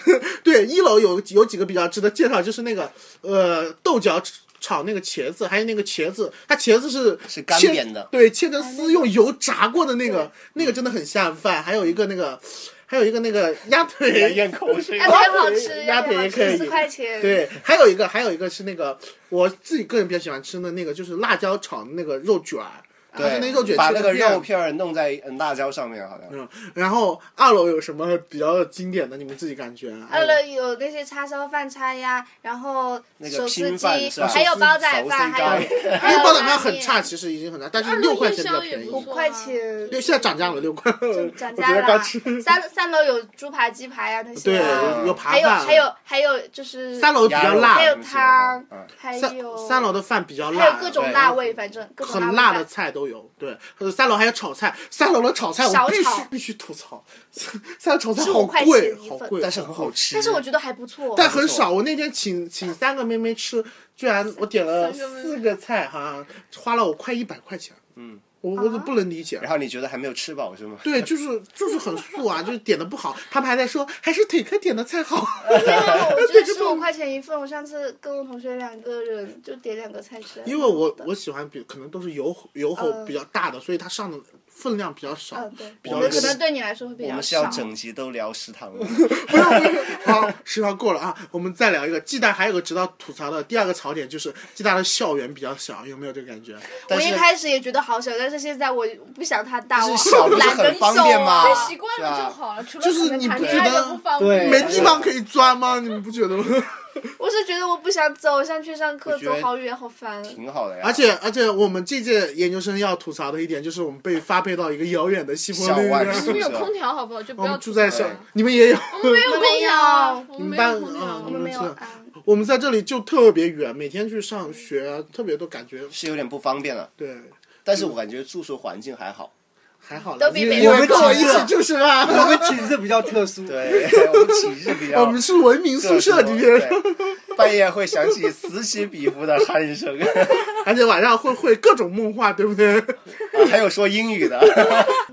Speaker 1: 对一楼有有几个比较值得介绍，就是那个呃豆角炒那个茄子，还有那个茄子，它茄子是
Speaker 4: 是干
Speaker 1: 切
Speaker 4: 煸的
Speaker 1: [LAUGHS] 对，切成丝用油炸过的那
Speaker 4: 嗯
Speaker 1: 个，那个真的很下饭。还有一个那个，还有一个那个鸭腿，
Speaker 4: 咽口水
Speaker 6: 鸭腿哎好
Speaker 1: 鸭
Speaker 6: 吃，鸭
Speaker 1: 腿
Speaker 6: 腿好
Speaker 1: 也可以
Speaker 6: 吃，四块钱。
Speaker 1: 对，还有一个，还有一个是那个我自己个人比较喜欢吃的那个，就是辣椒炒的那个肉卷儿，它啊是那肉卷
Speaker 4: 对，把
Speaker 1: 切
Speaker 4: 那
Speaker 1: 成
Speaker 4: 个
Speaker 1: 片
Speaker 4: 肉。片儿弄在嗯辣椒上面，好像。
Speaker 1: 嗯，然后二楼有什么比较经典的？你们自己感觉？哎
Speaker 6: 二楼有那些叉烧饭叉呀，然后
Speaker 4: 那个
Speaker 6: 手撕
Speaker 4: 拼饭是
Speaker 6: 鸡，
Speaker 4: 吧
Speaker 6: 还有煲仔
Speaker 4: 手撕
Speaker 6: 饭，
Speaker 4: 鸡
Speaker 6: 还有还
Speaker 1: 那
Speaker 6: 有
Speaker 1: 个煲仔
Speaker 6: 拉
Speaker 1: 饭很
Speaker 6: 面
Speaker 1: 差，其实已经很差，但是
Speaker 5: 二楼
Speaker 1: 六块
Speaker 5: 夜
Speaker 1: 钱比
Speaker 5: 宵
Speaker 1: 较
Speaker 5: 也
Speaker 1: 便宜
Speaker 5: 不
Speaker 6: 五。块钱，
Speaker 1: 对，现在涨价了，六块。 [LAUGHS] 我
Speaker 6: 涨
Speaker 1: 觉
Speaker 6: 价
Speaker 1: 得刚
Speaker 6: 啦
Speaker 1: 吃。。
Speaker 6: 三三楼有猪扒、鸡排呀那
Speaker 1: 对，
Speaker 6: 些啊，
Speaker 1: 有有扒
Speaker 6: 还有
Speaker 1: 饭。
Speaker 6: 还有还有就是
Speaker 1: 三楼比较辣
Speaker 6: 还，有汤
Speaker 4: 嗯，
Speaker 6: 还
Speaker 1: 三
Speaker 6: 有
Speaker 1: 三楼的饭比较
Speaker 6: 还
Speaker 1: 辣，
Speaker 6: 有各种
Speaker 4: 对
Speaker 6: 辣味，反正各种
Speaker 1: 很辣
Speaker 6: 辣味
Speaker 1: 的
Speaker 6: 饭
Speaker 1: 菜都有。对，呃三楼还有炒菜，三楼的炒菜
Speaker 6: 少
Speaker 1: 我必须
Speaker 6: 炒
Speaker 1: 必须吐槽，三楼炒菜
Speaker 6: 15
Speaker 1: 好
Speaker 6: 块
Speaker 1: 贵，
Speaker 6: 钱一
Speaker 1: 好
Speaker 6: 份
Speaker 1: 贵，
Speaker 4: 嗯但是很好吃。
Speaker 6: 但是我觉得还不错。
Speaker 1: 但很少。我那天请请三个妹妹吃，居然我点了
Speaker 5: 三个妹妹
Speaker 1: 四个菜，哈，花了我快一百块钱。
Speaker 4: 嗯，
Speaker 1: 我我就
Speaker 6: 啊
Speaker 1: 不能理解。
Speaker 4: 然后你觉得还没有吃饱是吗？
Speaker 1: 对，就是就是很素啊，就是点的不好。他们还在说还是腿哥点的菜好。[LAUGHS]
Speaker 6: 没有，我觉得十五块钱一份。我上次跟我同学两个人就点两个菜吃，
Speaker 1: 因为我我喜欢比可能都是油油喉
Speaker 5: 呃
Speaker 1: 比较大的，所以它上的分量比较少。
Speaker 6: 嗯对，
Speaker 1: 比
Speaker 6: 我
Speaker 1: 较
Speaker 6: 们
Speaker 1: 少
Speaker 6: 可能对你来说会比
Speaker 4: 我
Speaker 6: 较
Speaker 4: 们是要
Speaker 6: 少。
Speaker 4: 整集都聊食堂的，
Speaker 1: 好，时长过了啊，我们再聊一个。暨大还有个值得吐槽的第二个槽点就是暨大的校园比较小，有没有这个感觉？
Speaker 4: 但
Speaker 6: 我一
Speaker 4: 是
Speaker 6: 开始也觉得好小，但是现在我不想它大，
Speaker 4: 但
Speaker 6: 我
Speaker 4: 是小不是
Speaker 6: 懒得
Speaker 4: 很方
Speaker 6: 走
Speaker 4: 便吗
Speaker 6: 啊。
Speaker 5: 但习惯了
Speaker 4: 是吧
Speaker 5: 就好了，除了
Speaker 1: 就是
Speaker 5: 可能
Speaker 1: 你不
Speaker 5: 谈
Speaker 1: 觉
Speaker 5: 恋爱
Speaker 1: 得
Speaker 5: 的不方
Speaker 2: 对
Speaker 5: 便，
Speaker 1: 没地方可以钻吗？你们不觉得吗？ [LAUGHS]
Speaker 6: 我是觉得我不想走，想去上课，
Speaker 4: 我觉得
Speaker 6: 走好远，好烦。
Speaker 4: 挺好的呀。
Speaker 1: 而且而且我们这届研究生要吐槽的一点就是我们被发配到一个遥远的西风
Speaker 4: 校外
Speaker 5: 我 [LAUGHS]
Speaker 1: 绿
Speaker 5: 们有空调好不好？就
Speaker 1: 我
Speaker 5: 不要
Speaker 1: 们住在
Speaker 5: 吐槽
Speaker 1: 校
Speaker 5: 了，
Speaker 1: 你们也有，
Speaker 5: 我们没有空调，我
Speaker 1: 你
Speaker 5: 们
Speaker 1: 们
Speaker 5: 没
Speaker 1: 班
Speaker 5: 有空
Speaker 1: 啊
Speaker 5: 调，
Speaker 6: 我们没有
Speaker 1: 是
Speaker 6: 啊，
Speaker 1: 我们在这里就特别远，每天去上学啊特别都感觉
Speaker 4: 是有点不方便了，
Speaker 1: 对
Speaker 4: 但是我感觉住宿环境还好。
Speaker 1: 还好啦，
Speaker 6: 都比
Speaker 1: 因为
Speaker 6: 北
Speaker 1: 因为
Speaker 2: 方
Speaker 1: 跟我一
Speaker 2: 好
Speaker 1: 起住是 [LAUGHS] 吧？
Speaker 2: 我们寝室比较特殊，
Speaker 4: 对，我们寝室比较。
Speaker 1: 哦我们是文明 [LAUGHS] 宿舍里面，
Speaker 4: 对半夜会响起此起彼伏的鼾声，
Speaker 1: [LAUGHS] 而且晚上会会各种梦话，对不对？
Speaker 4: 啊还有说英语的。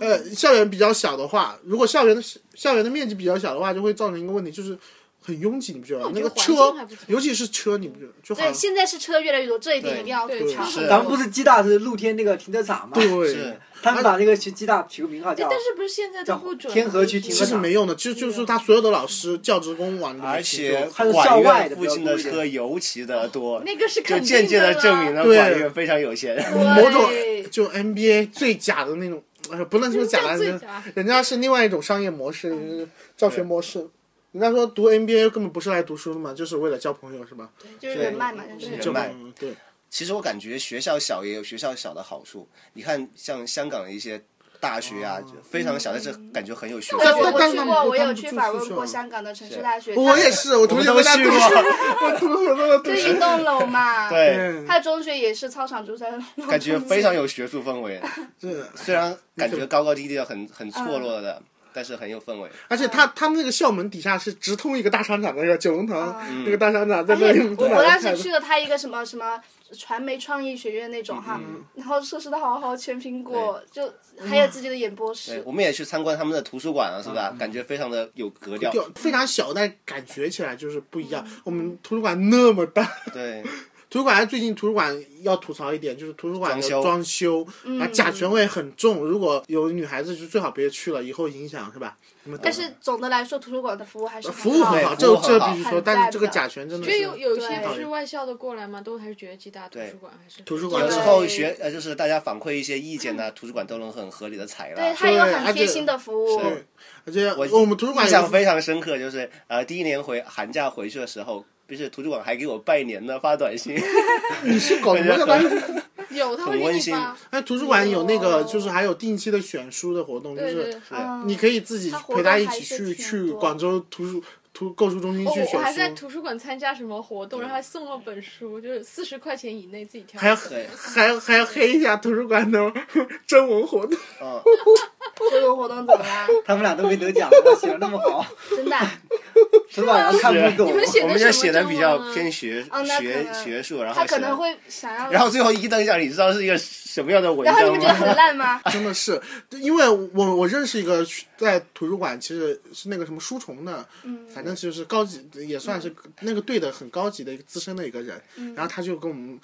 Speaker 1: 呃，校园比较小的话，如果校园的校园的面积比较小的话，就会造成一个问题，就是很拥挤，你不觉得吗？
Speaker 5: 我
Speaker 1: 那
Speaker 5: 觉
Speaker 1: 个
Speaker 5: 得
Speaker 1: 车
Speaker 5: 环境还不错，
Speaker 1: 尤其是车，你不觉得就好
Speaker 6: 对，
Speaker 1: 像
Speaker 6: 现在是车越来越多，这一点一定要
Speaker 5: 对
Speaker 6: 吐
Speaker 5: 对
Speaker 6: 槽。
Speaker 4: 是
Speaker 2: 咱们不是鸡大是露天那个停车场嘛，
Speaker 1: 对
Speaker 4: 是，
Speaker 2: 他们把那个取鸡大取个名号
Speaker 5: 哎
Speaker 2: 叫，
Speaker 5: 但是不是现在都不准
Speaker 2: 天河区停
Speaker 1: 其
Speaker 2: 车
Speaker 1: 实
Speaker 2: 场
Speaker 1: 没用的，其实就是他所有的老师、教职工往里面
Speaker 4: 而
Speaker 1: 挤
Speaker 4: 且
Speaker 1: 就
Speaker 4: 管院附近的车尤其的多，
Speaker 5: 那个是
Speaker 4: 就
Speaker 5: 肯定
Speaker 4: 间接
Speaker 5: 的
Speaker 4: 的
Speaker 5: 啦
Speaker 4: 证明了
Speaker 1: 啊对
Speaker 4: 管院非常有钱。 [LAUGHS]
Speaker 1: 某种
Speaker 6: 对
Speaker 1: 就 NBA 最假的那种，呃，不能说假吧，
Speaker 5: 人家最啊
Speaker 1: 人
Speaker 5: 假嗯
Speaker 1: 人家是另外一种商业模式，就是教学模式。人家说读 NBA 根本不是来读书的嘛，就是为了交朋友是吧？
Speaker 6: 就是人脉嘛，就是人
Speaker 1: 就
Speaker 4: 人脉
Speaker 1: 嗯对，
Speaker 4: 其实我感觉学校小也有学校小的好处。你看，像香港的一些大学啊，
Speaker 1: 哦
Speaker 4: 就非常小，但是
Speaker 1: 嗯
Speaker 4: 感觉很有学
Speaker 1: 但
Speaker 4: 问。
Speaker 6: 我
Speaker 1: 但
Speaker 6: 我去
Speaker 1: 但
Speaker 6: 过，我
Speaker 1: 他
Speaker 6: 有
Speaker 1: 们
Speaker 6: 去
Speaker 1: 住
Speaker 6: 访
Speaker 1: 宿
Speaker 6: 问
Speaker 1: 舍
Speaker 6: 过
Speaker 1: 吗
Speaker 6: 香港的城市
Speaker 4: 是
Speaker 6: 大学，
Speaker 1: 我
Speaker 6: 它
Speaker 1: 也是，我
Speaker 4: 我
Speaker 1: 同
Speaker 4: 们
Speaker 1: 学
Speaker 4: 都
Speaker 1: 在
Speaker 4: 去
Speaker 1: 读
Speaker 4: 过
Speaker 1: 书，，我同学都在读
Speaker 6: 就
Speaker 1: 书
Speaker 6: 一。栋楼嘛。
Speaker 4: [LAUGHS] 对，
Speaker 1: 嗯，
Speaker 4: 嗯
Speaker 6: 它中学也是操场主山，
Speaker 4: 感觉非常有学术氛围。
Speaker 1: 是的，
Speaker 4: 虽然
Speaker 1: [LAUGHS]
Speaker 4: 感觉高高低低的，很很错落
Speaker 1: 啊
Speaker 4: 的，但是很有氛围。
Speaker 1: 而且他他们那个校门底下是直通一个大商场的，那个九龙塘
Speaker 6: 啊
Speaker 4: 嗯
Speaker 1: 那个大商场，在
Speaker 6: 而
Speaker 1: 那
Speaker 6: 且
Speaker 4: [LAUGHS]
Speaker 1: 里
Speaker 6: 我
Speaker 1: 在哪
Speaker 6: 我
Speaker 1: 儿
Speaker 6: 当
Speaker 1: 看
Speaker 6: 时去了它一个什么什么传媒创意学院那种哈，
Speaker 4: 嗯
Speaker 6: 然后设施都好好，全苹果，就还有自己的演播
Speaker 4: 对，
Speaker 6: 室。
Speaker 4: 我们也去参观他们的图书馆了，啊是吧？感觉非常的有格调。
Speaker 1: 就非常小，但感觉起来就是不一样。我们图书馆那么大，
Speaker 4: 对，
Speaker 1: 图书馆最近图书馆要吐槽一点，就是图书馆的
Speaker 4: 装修
Speaker 1: 装修，啊，甲醛味很重。如果有女孩子，就最好别去了，以后影响是吧？你们懂
Speaker 6: 但是总的来说，图书馆的服务还是很
Speaker 1: 服务
Speaker 6: 好
Speaker 1: 很
Speaker 6: 的
Speaker 1: 好，
Speaker 4: 对
Speaker 1: 这
Speaker 4: 服务
Speaker 1: 这
Speaker 4: 很好
Speaker 1: 必须说，
Speaker 6: 很
Speaker 1: 但是
Speaker 6: 赞
Speaker 1: 这个
Speaker 6: 的
Speaker 1: 甲醛真的
Speaker 5: 觉得有
Speaker 1: 是
Speaker 5: 有些
Speaker 6: 对
Speaker 5: 是外校的过来嘛，都还是觉得吉大图
Speaker 4: 对
Speaker 5: 书馆还是
Speaker 1: 图书馆
Speaker 4: 有
Speaker 6: 对
Speaker 4: 时候学呃，就是大家反馈一些意见呢，图书馆都能很合理的采
Speaker 6: 对
Speaker 4: 纳。
Speaker 6: 它有
Speaker 1: 对而
Speaker 6: 很贴
Speaker 1: 且
Speaker 6: 心的服务。
Speaker 1: 对，而且
Speaker 4: 我
Speaker 1: 我们图书馆
Speaker 4: 印
Speaker 1: 有
Speaker 4: 象非常深刻，就是呃，第一年回寒假回去的时候，就是图书馆还给我拜年呢，发短信。
Speaker 1: 你是搞什么
Speaker 4: [LAUGHS]
Speaker 1: 的吧？
Speaker 5: 有，他会
Speaker 4: 很
Speaker 5: 给
Speaker 4: 温
Speaker 5: 你
Speaker 4: 馨
Speaker 5: 发，
Speaker 1: 哎，图书馆有那个就是还有定期的选书的活动，就
Speaker 5: 对对
Speaker 1: 是
Speaker 5: 对。
Speaker 6: 嗯
Speaker 1: 你可以自己
Speaker 6: 它活
Speaker 1: 陪他
Speaker 6: 动
Speaker 1: 一
Speaker 6: 还
Speaker 1: 起去
Speaker 6: 是挺
Speaker 1: 去
Speaker 6: 多
Speaker 1: 广州图书图购书中心
Speaker 5: 我
Speaker 1: 去
Speaker 5: 哦我还在
Speaker 1: 选书。
Speaker 5: 图书馆参加什么活动，然后还送了本书，就是四十块钱以内自己挑。
Speaker 1: 还要
Speaker 4: 对
Speaker 1: 还要还要黑一下图书馆的 [LAUGHS] 征文活动，
Speaker 4: 嗯，
Speaker 6: 这个活动怎么样？
Speaker 2: 他们俩都没得
Speaker 6: [LAUGHS]
Speaker 2: 奖，我写的那么好，
Speaker 6: 真的啊，
Speaker 2: 主管都看不懂
Speaker 5: 你。们写
Speaker 4: 我
Speaker 5: 的
Speaker 4: 们就
Speaker 5: 什么
Speaker 4: 写的
Speaker 5: 中
Speaker 4: 比
Speaker 5: 文
Speaker 4: 较
Speaker 5: 啊
Speaker 4: 偏学
Speaker 6: 哦那可
Speaker 4: 学
Speaker 6: 能
Speaker 4: 学术， [LAUGHS] 然后
Speaker 6: 他可
Speaker 4: 是
Speaker 6: 能会想要，
Speaker 4: 然后最后一等奖，你知道是一个什么样的文
Speaker 6: 然后你
Speaker 4: 章
Speaker 6: 们觉得很
Speaker 4: 吗？
Speaker 6: 烂吗？
Speaker 1: 哎真的是，因为我我认识一个在图书馆，其实是那个什么书虫的，
Speaker 6: 嗯
Speaker 1: 反正就是高级，也算是那个队的很高级的一个资深的一个人，然后他就跟我们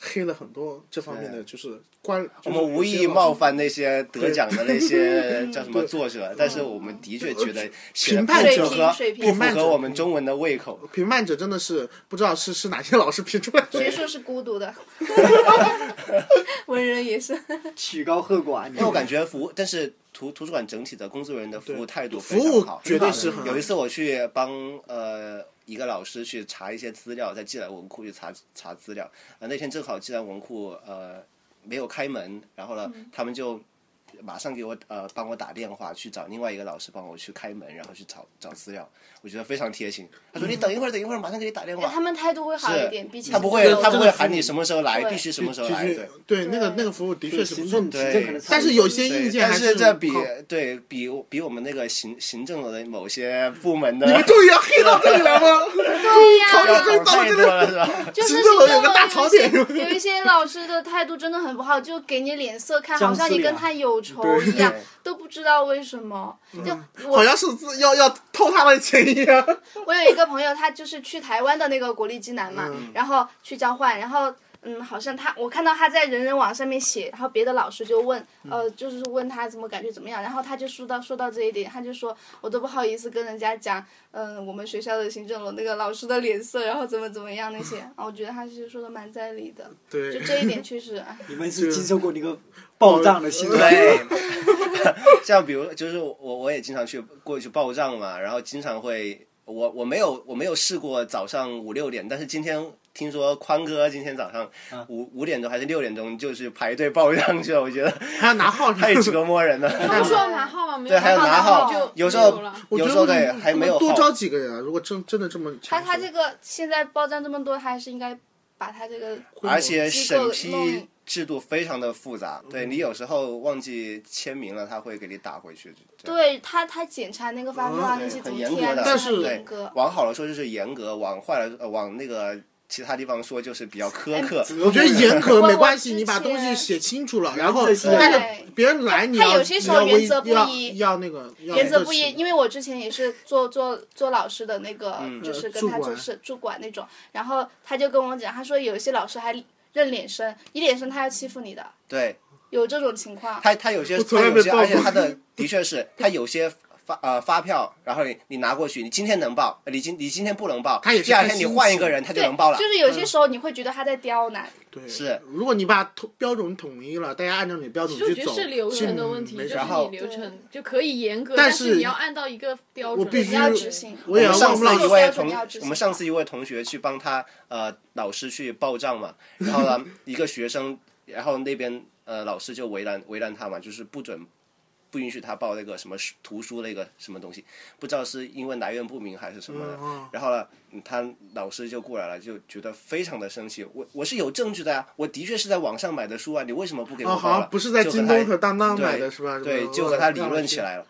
Speaker 1: 黑了很多这方面的，就是关
Speaker 4: 我们无意冒犯那些得奖的那些叫什么作者，但是我们的确觉得写的
Speaker 1: 嗯评
Speaker 4: 不
Speaker 1: 判者
Speaker 4: 符合
Speaker 6: 水平
Speaker 4: 不
Speaker 1: 评判
Speaker 4: 符
Speaker 1: 者
Speaker 4: 合我们中文的胃口。
Speaker 1: 呃评判者真的是不知道是是哪些老师评出来的。
Speaker 6: 学术是孤独
Speaker 4: [LAUGHS]
Speaker 6: 的，文人也是。
Speaker 2: 曲高和寡，你
Speaker 1: 哎
Speaker 4: 但
Speaker 1: 嗯
Speaker 4: 我感觉服务，但是图图书馆整体的工作人员的服务态度非
Speaker 1: 服务
Speaker 4: 常好，嗯
Speaker 1: 绝对是很好
Speaker 4: 有一次我去帮呃一个老师去查一些资料，在寄来文库去查查资料，呃那天正好寄来文库呃没有开门，然后呢、他们就。马上给我呃帮我打电话去找另外一个老师帮我去开门，然后去找找资料，我觉得非常贴心。他
Speaker 1: 嗯
Speaker 4: 说你等一会儿，等一会儿，马上给你打电话。
Speaker 6: 他们态度会好一点，比
Speaker 4: 是，
Speaker 6: 起
Speaker 4: 他不
Speaker 1: 这
Speaker 4: 会
Speaker 1: 个
Speaker 4: 他不会
Speaker 1: 这个服务
Speaker 4: 喊你什么时候来，
Speaker 6: 对
Speaker 4: 必须什么时候
Speaker 1: 的
Speaker 4: 来。
Speaker 1: 确
Speaker 4: 对，
Speaker 1: 对那个
Speaker 6: 对
Speaker 1: 那个服务的确是不
Speaker 2: 行
Speaker 1: 错
Speaker 2: 政
Speaker 1: 的，
Speaker 4: 对
Speaker 2: 执政可能差不多
Speaker 1: 但是有些意见
Speaker 4: 但
Speaker 1: 还
Speaker 4: 是这比
Speaker 1: 靠
Speaker 4: 对比比我们那个行行政的某些部门的
Speaker 1: 你们终于要黑到这里来吗？
Speaker 6: 对呀、
Speaker 1: 从
Speaker 4: 要好太多了，是吧？
Speaker 6: 就是
Speaker 1: 行政
Speaker 6: 行政
Speaker 1: 楼
Speaker 6: 楼
Speaker 1: 有个大槽点
Speaker 6: 有一些有一些老师的态度真的很不好，就给你脸色看，好像你跟他有仇一
Speaker 1: [LAUGHS]
Speaker 6: 样
Speaker 4: 对，
Speaker 6: 都不知道为什么。
Speaker 1: 嗯
Speaker 6: 就
Speaker 1: 好
Speaker 6: 我
Speaker 1: 像是自要要偷他的钱一样。
Speaker 6: 我有一个朋友，他就是去台湾的那个国立暨南嘛，
Speaker 1: 嗯
Speaker 6: 然后去交换，然后。嗯，好像他，我看到他在人人网上面写，然后别的老师就问，呃，就是问他怎么感觉怎么样，然后他就说到说到这一点，他就说我都不好意思跟人家讲，嗯、我们学校的行政楼那个老师的脸色，然后怎么怎么样那些，啊，我觉得他是说的蛮在理的，就
Speaker 1: 对，
Speaker 6: 这一点确实，哎
Speaker 2: 你们是经受过那个暴胀的心
Speaker 1: 呃
Speaker 2: 酸。
Speaker 4: 对， [LAUGHS] 像比如就是我我也经常去过去报账嘛，然后经常会我我没有我没有试过早上五六点，但是今天。听说宽哥今天早上
Speaker 1: 啊
Speaker 4: 五五点钟还是六点钟就去排队报账去了，我觉得 [LAUGHS]
Speaker 1: 还要拿号
Speaker 4: 太
Speaker 1: 是吧
Speaker 4: 折磨人了。
Speaker 5: 他不是要拿号吗？没
Speaker 4: 对，还有
Speaker 5: 有
Speaker 4: 拿
Speaker 5: 号
Speaker 4: 号
Speaker 5: 就，
Speaker 4: 有时
Speaker 5: 没
Speaker 4: 候
Speaker 5: 有了
Speaker 1: [LAUGHS] 我觉
Speaker 4: 有
Speaker 1: 得
Speaker 4: 时候
Speaker 1: 为什
Speaker 4: 对
Speaker 1: 么
Speaker 4: 还
Speaker 1: 不
Speaker 4: 没
Speaker 1: 能
Speaker 4: 有
Speaker 1: 多
Speaker 4: 号。
Speaker 1: 招几个人啊！如果真真的这么
Speaker 6: 他
Speaker 1: 强势，
Speaker 6: 他这个现在报账这么多，他还是应该把他这个
Speaker 4: 而且
Speaker 6: 机
Speaker 4: 审
Speaker 6: 构
Speaker 4: 批
Speaker 6: 弄嗯
Speaker 4: 制度非常的复杂，对你有时候忘记签名了，他会给你打回去。这样
Speaker 6: 对他他检查那个发票啊那些怎
Speaker 4: 嗯很
Speaker 6: 么
Speaker 4: 严
Speaker 6: 贴
Speaker 4: 格
Speaker 6: 啊，
Speaker 4: 的，
Speaker 6: 那
Speaker 1: 但
Speaker 6: 些
Speaker 1: 是
Speaker 6: 很
Speaker 4: 对
Speaker 6: 严格，。
Speaker 4: 往好了说就是严格，往坏了呃往那个其他地方说就是比较
Speaker 6: 哎
Speaker 4: 苛刻。
Speaker 1: 我觉得严格
Speaker 6: 我
Speaker 1: 没关系，
Speaker 6: 之
Speaker 1: 你把东西
Speaker 6: 前
Speaker 1: 写清楚了，然后
Speaker 2: 原则性
Speaker 1: 但
Speaker 6: 对
Speaker 1: 是别人来你
Speaker 6: 他
Speaker 1: 要
Speaker 6: 有些时候
Speaker 1: 你要
Speaker 6: 原
Speaker 1: 微
Speaker 6: 则不
Speaker 1: 要
Speaker 6: 一
Speaker 1: 要那个要
Speaker 6: 原则
Speaker 1: 热
Speaker 6: 不
Speaker 1: 情
Speaker 6: 一，因为我之前也是做做做老师的那个，
Speaker 4: 嗯呃
Speaker 6: 就是跟他
Speaker 1: 主
Speaker 6: 做
Speaker 1: 管
Speaker 6: 事主管那种，然后他就跟我讲，他说有一些老师还认脸生，一脸生他要欺负你的，
Speaker 4: 对
Speaker 6: 有这种情况。
Speaker 4: 他，他有些
Speaker 1: 我从
Speaker 4: 他
Speaker 1: 来
Speaker 4: 有些，
Speaker 1: 没报
Speaker 4: 而且
Speaker 1: 过
Speaker 4: 他的的确是他有些。发呃发票，然后你你拿过去，你今天能报，呃你今你今天不能报，
Speaker 1: 他也是
Speaker 4: 第二
Speaker 1: 看
Speaker 4: 天你
Speaker 1: 心
Speaker 4: 换一
Speaker 1: 情
Speaker 4: 个人他就
Speaker 6: 对
Speaker 4: 能报，了嗯
Speaker 6: 就。是有些时候你会觉得他在刁难，
Speaker 1: 对
Speaker 4: 是。
Speaker 1: 如果你把统标准统一了，大家按照你标准
Speaker 5: 其实
Speaker 1: 去
Speaker 5: 我觉得
Speaker 1: 走，
Speaker 5: 是流程的问
Speaker 1: 嗯
Speaker 5: 题，
Speaker 1: 没
Speaker 5: 就是
Speaker 1: 啥
Speaker 4: 然后
Speaker 5: 你流程就可以严格，
Speaker 1: 但
Speaker 5: 但
Speaker 1: 是
Speaker 5: 你要按到一个标准，
Speaker 1: 我必须
Speaker 6: 你要执行。
Speaker 1: 我也要
Speaker 4: 们上
Speaker 1: 忘
Speaker 4: 次
Speaker 1: 不了
Speaker 4: 一
Speaker 6: 我
Speaker 4: 位
Speaker 6: 标
Speaker 4: 同
Speaker 6: 准要执，行
Speaker 4: 我们上次一位同学去帮他呃老师去报账嘛，然后呢一个学生，然后那边呃老师就为难为难他嘛，就是不准不允许他报那个什么书图书那个什么东西，不知道是因为来源不明还是什么的。然后呢，嗯他老师就过来了，就觉得非常的生气。我我是有证据的呀、我的确是在网上买的书啊，你为什么不给我
Speaker 1: 哦，好
Speaker 4: 报了？
Speaker 1: 像不是在
Speaker 4: 就
Speaker 1: 京
Speaker 4: 和他
Speaker 1: 东和当当买的是吧？
Speaker 4: 对，
Speaker 1: 我
Speaker 4: 就和他理论起。来了，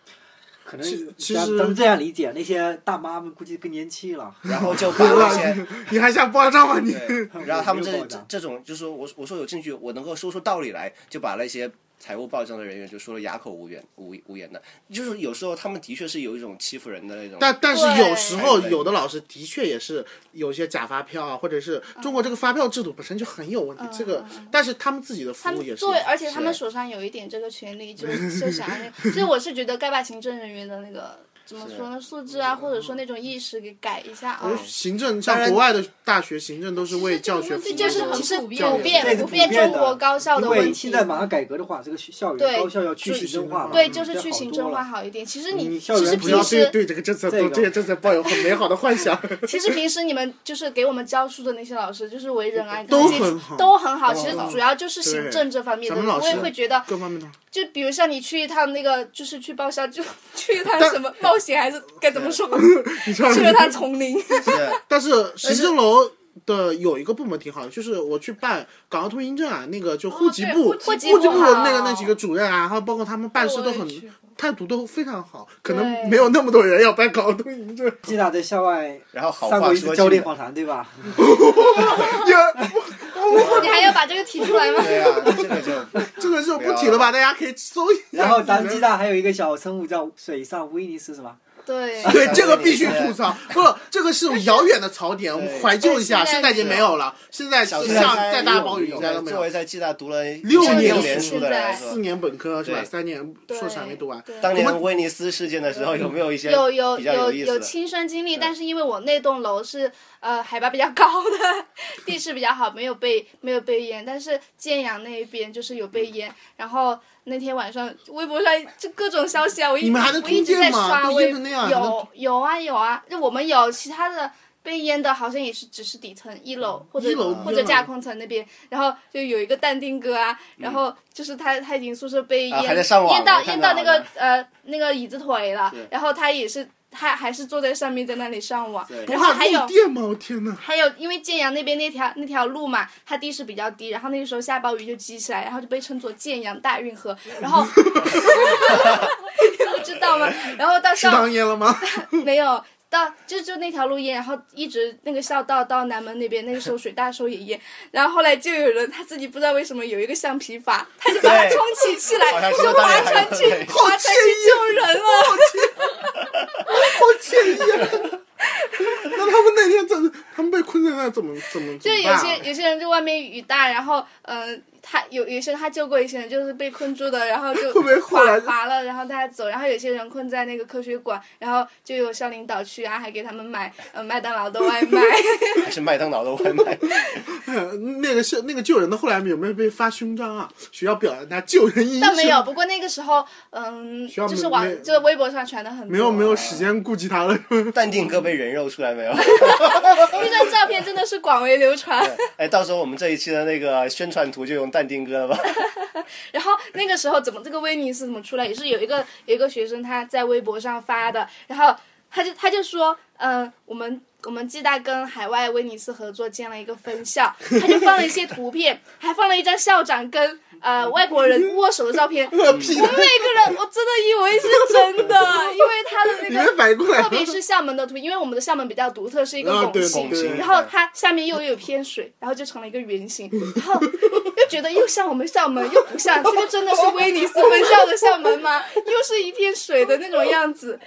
Speaker 2: 可
Speaker 1: 其
Speaker 2: 能
Speaker 1: 其
Speaker 2: 咱
Speaker 1: 实
Speaker 2: 咱们这样理解，那些大妈们估计更年期了。
Speaker 4: 然
Speaker 1: [LAUGHS]
Speaker 4: 后就把那些。
Speaker 1: 你还想爆炸吗你？
Speaker 4: 对， [LAUGHS] 然后他们
Speaker 2: 没有
Speaker 4: 这
Speaker 2: 报
Speaker 4: 这
Speaker 2: 道
Speaker 4: 这种就是说我我说有证据，我能够说出道理来，就把那些财务报账的人员就说的哑口无言无无言的，就是有时候他们的确是有一种欺负人的那种。
Speaker 1: 但但是有时候
Speaker 4: 对
Speaker 1: 有的老师的确也是有一些假发票啊，或者是中国这个发票制度本身就很有问题。这个，但是他们自己的服
Speaker 6: 他
Speaker 1: 务
Speaker 6: 们
Speaker 1: 也是
Speaker 6: 作为，而且他们手上有一点这个权
Speaker 1: [LAUGHS]
Speaker 6: 利，就就想要那个，所以我是觉得该把行政人员的那个怎么说呢，素质
Speaker 1: 嗯
Speaker 6: 啊，或者说那种意识给改一下啊。
Speaker 1: 行政像国外的大学行政都是为教学服务
Speaker 5: 这
Speaker 1: 的。
Speaker 5: 就是
Speaker 6: 其实
Speaker 5: 普遍
Speaker 6: 普
Speaker 2: 这
Speaker 5: 的
Speaker 6: 遍
Speaker 2: 是
Speaker 6: 普
Speaker 2: 普遍
Speaker 6: 中
Speaker 2: 的
Speaker 6: 国高校的
Speaker 2: 因
Speaker 6: 问
Speaker 2: 为
Speaker 6: 题
Speaker 2: 现，在马上改革的话，这个学校园高校要去
Speaker 1: 去
Speaker 2: 行政化了，
Speaker 1: 对
Speaker 6: 对，就是
Speaker 2: 这
Speaker 6: 去
Speaker 2: 好
Speaker 6: 行
Speaker 2: 多啊
Speaker 6: 政
Speaker 2: 了
Speaker 6: 化好一点。其实你
Speaker 2: 你
Speaker 6: 其
Speaker 2: 校
Speaker 6: 实
Speaker 2: 园
Speaker 1: 嗯不
Speaker 6: 平
Speaker 1: 要
Speaker 6: 时
Speaker 1: 对对这个政策、
Speaker 2: 这个
Speaker 1: 这些政策抱有很美好的幻想。
Speaker 6: 其实平时你们就是给我们教书的那些老师，就是为人啊，
Speaker 1: 都
Speaker 6: 这些
Speaker 1: 很好
Speaker 6: 都很好。
Speaker 1: 都
Speaker 6: 其
Speaker 1: 很
Speaker 6: 实
Speaker 1: 好
Speaker 6: 主要就是行政这方面
Speaker 1: 咱
Speaker 6: 的，
Speaker 1: 们老
Speaker 6: 我也
Speaker 1: 师
Speaker 6: 会觉得，
Speaker 1: 各方面的，
Speaker 6: 就比如像你去一趟那个，就是去报销，就 [LAUGHS] 去一趟
Speaker 1: 但
Speaker 6: 什么冒险还是该怎么说，
Speaker 1: 你知道吗
Speaker 6: 去了趟丛林。
Speaker 4: 是
Speaker 1: 但是行政楼的有一个部门挺好的，就是我去办港澳通行证啊，那个就户籍
Speaker 5: 哦对
Speaker 1: 部、
Speaker 5: 户籍
Speaker 1: 籍部
Speaker 6: 部好
Speaker 1: 那个那几个主任啊，还有包括他们办事都
Speaker 5: 我
Speaker 1: 很
Speaker 5: 也去过
Speaker 1: 态度都非常好，可
Speaker 6: 对
Speaker 1: 能没有那么多人要办港澳通行证。
Speaker 2: 吉娜在校外
Speaker 4: 然后好
Speaker 2: 上
Speaker 4: 话
Speaker 2: 过一
Speaker 4: 说
Speaker 2: 次
Speaker 4: 尽
Speaker 2: 教练
Speaker 4: 了
Speaker 2: 访谈，对吧？
Speaker 6: [LAUGHS] 你还要把这个提出来吗？
Speaker 4: 对啊，这
Speaker 1: [LAUGHS]
Speaker 4: 个就
Speaker 1: 这个就不提了吧，大家可以搜一下。
Speaker 2: 然后咱们吉娜还有一个小生物叫水上威尼斯，是吧？
Speaker 6: 对，
Speaker 1: 对这个必须吐槽，
Speaker 4: [LAUGHS]
Speaker 1: 不，这个是遥远的槽点，我们怀旧一下。
Speaker 6: 对
Speaker 1: 现在已经没有了，现在
Speaker 4: 小
Speaker 1: 像
Speaker 4: 时候
Speaker 1: 再大暴雨应该都没
Speaker 4: 作为
Speaker 1: 有。
Speaker 4: 在暨大读了
Speaker 1: 六
Speaker 4: 年
Speaker 1: 年
Speaker 4: 六
Speaker 1: 书
Speaker 4: 书的人来说
Speaker 1: 四，年本科是吧？
Speaker 4: 对
Speaker 1: 三年硕士还没读完。
Speaker 4: [LAUGHS]
Speaker 6: 对
Speaker 4: 当年威尼斯事件的时候，有没有一些
Speaker 6: 有有
Speaker 4: 比较
Speaker 6: 有
Speaker 4: 意思的？
Speaker 6: 亲身经历，但是因为我那栋楼是呃海拔比较高的，地势比较好，没有被没有被淹，但是建阳那一边就是有被淹。然后那天晚上微博上就各种消息啊，我一
Speaker 1: 你们还能
Speaker 6: 我一直
Speaker 1: 通
Speaker 6: 在
Speaker 1: 电吗
Speaker 6: 刷
Speaker 1: 都
Speaker 6: 微
Speaker 1: 淹成那样还能
Speaker 6: 有有啊有啊，就我们有其他的。被淹的好像也是只是底层一楼或者
Speaker 1: 一楼
Speaker 6: 或者架空层那边，然后就有一个淡定哥啊，然后就是他他已经宿舍被
Speaker 4: 啊
Speaker 6: 淹
Speaker 4: 还在上网
Speaker 6: 淹到
Speaker 4: 我看
Speaker 6: 淹到
Speaker 4: 到
Speaker 6: 那个
Speaker 4: 了
Speaker 6: 呃那个椅子腿了
Speaker 4: 是，
Speaker 6: 然后他也是他还是坐在上面在那里上网
Speaker 4: 对，
Speaker 6: 然后还有
Speaker 1: 漏电吗？我天哪！
Speaker 6: 还有因为建阳那边那条那条路嘛，它地势比较低，然后那个时候下暴雨就积起来，然后就被称作建阳大运河，然
Speaker 4: [LAUGHS]
Speaker 6: 后 [LAUGHS] 你不知道吗？然后到
Speaker 1: 食
Speaker 6: 上
Speaker 1: 堂淹了吗？
Speaker 6: 没有。到就就那条路淹，然后一直那个校道到南门那边，那个时候水大的时候也淹，然后后来就有人他自己不知道为什么有一个橡皮筏，他就把它
Speaker 4: 对
Speaker 6: 充气起
Speaker 4: 好像
Speaker 6: 来，
Speaker 4: 是
Speaker 6: 就
Speaker 4: 当
Speaker 6: 划
Speaker 4: 年还有
Speaker 6: 船去
Speaker 4: 对
Speaker 6: 划船去救人了。
Speaker 1: 好惬意啊！ [LAUGHS] 那他们那天怎么？他们被困在那怎么怎么？怎
Speaker 6: 就
Speaker 1: 么
Speaker 6: 有
Speaker 1: 办啊
Speaker 6: 些有些人就外面雨大，然后嗯、呃他有有些人他救过一些人，就是被困住的，然后就
Speaker 1: [LAUGHS] 会不会后
Speaker 6: 划
Speaker 1: 来
Speaker 6: 划了，然后大家走，然后有些人困在那个科学馆，然后就有校领导去啊，还给他们买
Speaker 1: [LAUGHS]
Speaker 6: 呃麦当劳的外卖，
Speaker 4: 还是麦当劳的外卖？
Speaker 1: 啊 [LAUGHS] 那个是那个救人的，后来有没有被发勋章啊？学校表扬他救人英雄。
Speaker 6: 但没有。不过那个时候嗯，
Speaker 1: 学校
Speaker 6: 就是
Speaker 1: 没
Speaker 6: 网
Speaker 1: 没
Speaker 6: 就是微博上传的很多，
Speaker 1: 没有没有时间顾及他
Speaker 6: [LAUGHS]
Speaker 1: 了，
Speaker 6: 嗯
Speaker 4: 淡定哥被人肉出来没有？ [LAUGHS]
Speaker 6: 那张照片真的是广为流传。
Speaker 4: 哎，到时候我们这一期的那个宣传图就用淡定哥了
Speaker 6: [LAUGHS]
Speaker 4: 吧？
Speaker 6: 然后那个时候怎么这个威尼斯怎么出来，也是有一个有一个学生他在微博上发的，然后他就他就说，嗯，我们我们暨大跟海外威尼斯合作建了一个分校，他就放了一些图片，还放了一张校长跟呃外国人握手的照片。我
Speaker 1: 恶批
Speaker 6: 每个人我真的以为是真的，因为他的
Speaker 1: 你
Speaker 6: 那
Speaker 1: 们
Speaker 6: 个。
Speaker 1: 反应过来
Speaker 6: 特
Speaker 1: 了。
Speaker 6: 别是厦门的图，因为我们的厦门比较独特，是一个
Speaker 1: 啊
Speaker 6: 拱
Speaker 1: 对
Speaker 6: 形，
Speaker 1: 拱形
Speaker 6: 然后它下面又有偏水，然后就成了一个圆形，然后又觉得又像我们厦门，又不像，这个真的是威尼斯分校的厦门吗？又是一片水的那种样子。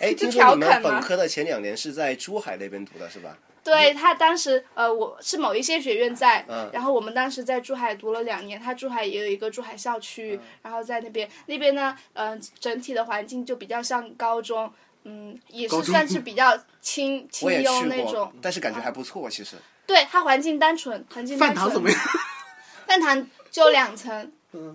Speaker 4: 哎，听
Speaker 6: 调
Speaker 4: 说你们
Speaker 6: 侃吗
Speaker 4: 本科的前两年是在珠海那边读的是吧？
Speaker 6: 对他当时，呃，我是某一些学院在，
Speaker 1: 嗯
Speaker 6: 然后我们当时在珠海读了两年，他珠海也有一个珠海校区，
Speaker 1: 嗯
Speaker 6: 然后在那边那边呢，嗯、整体的环境就比较像高中，嗯，也是
Speaker 1: 高中
Speaker 6: 算是比较清清
Speaker 4: 我也
Speaker 6: 幽
Speaker 4: 去
Speaker 6: 那
Speaker 4: 过
Speaker 6: 种，，啊
Speaker 4: 但是感觉还不错，其实。
Speaker 6: 对，它环境单纯，环 [LAUGHS] 境单
Speaker 1: 饭
Speaker 6: 纯。
Speaker 1: 堂怎 [LAUGHS] 么样？
Speaker 6: 饭堂就两层，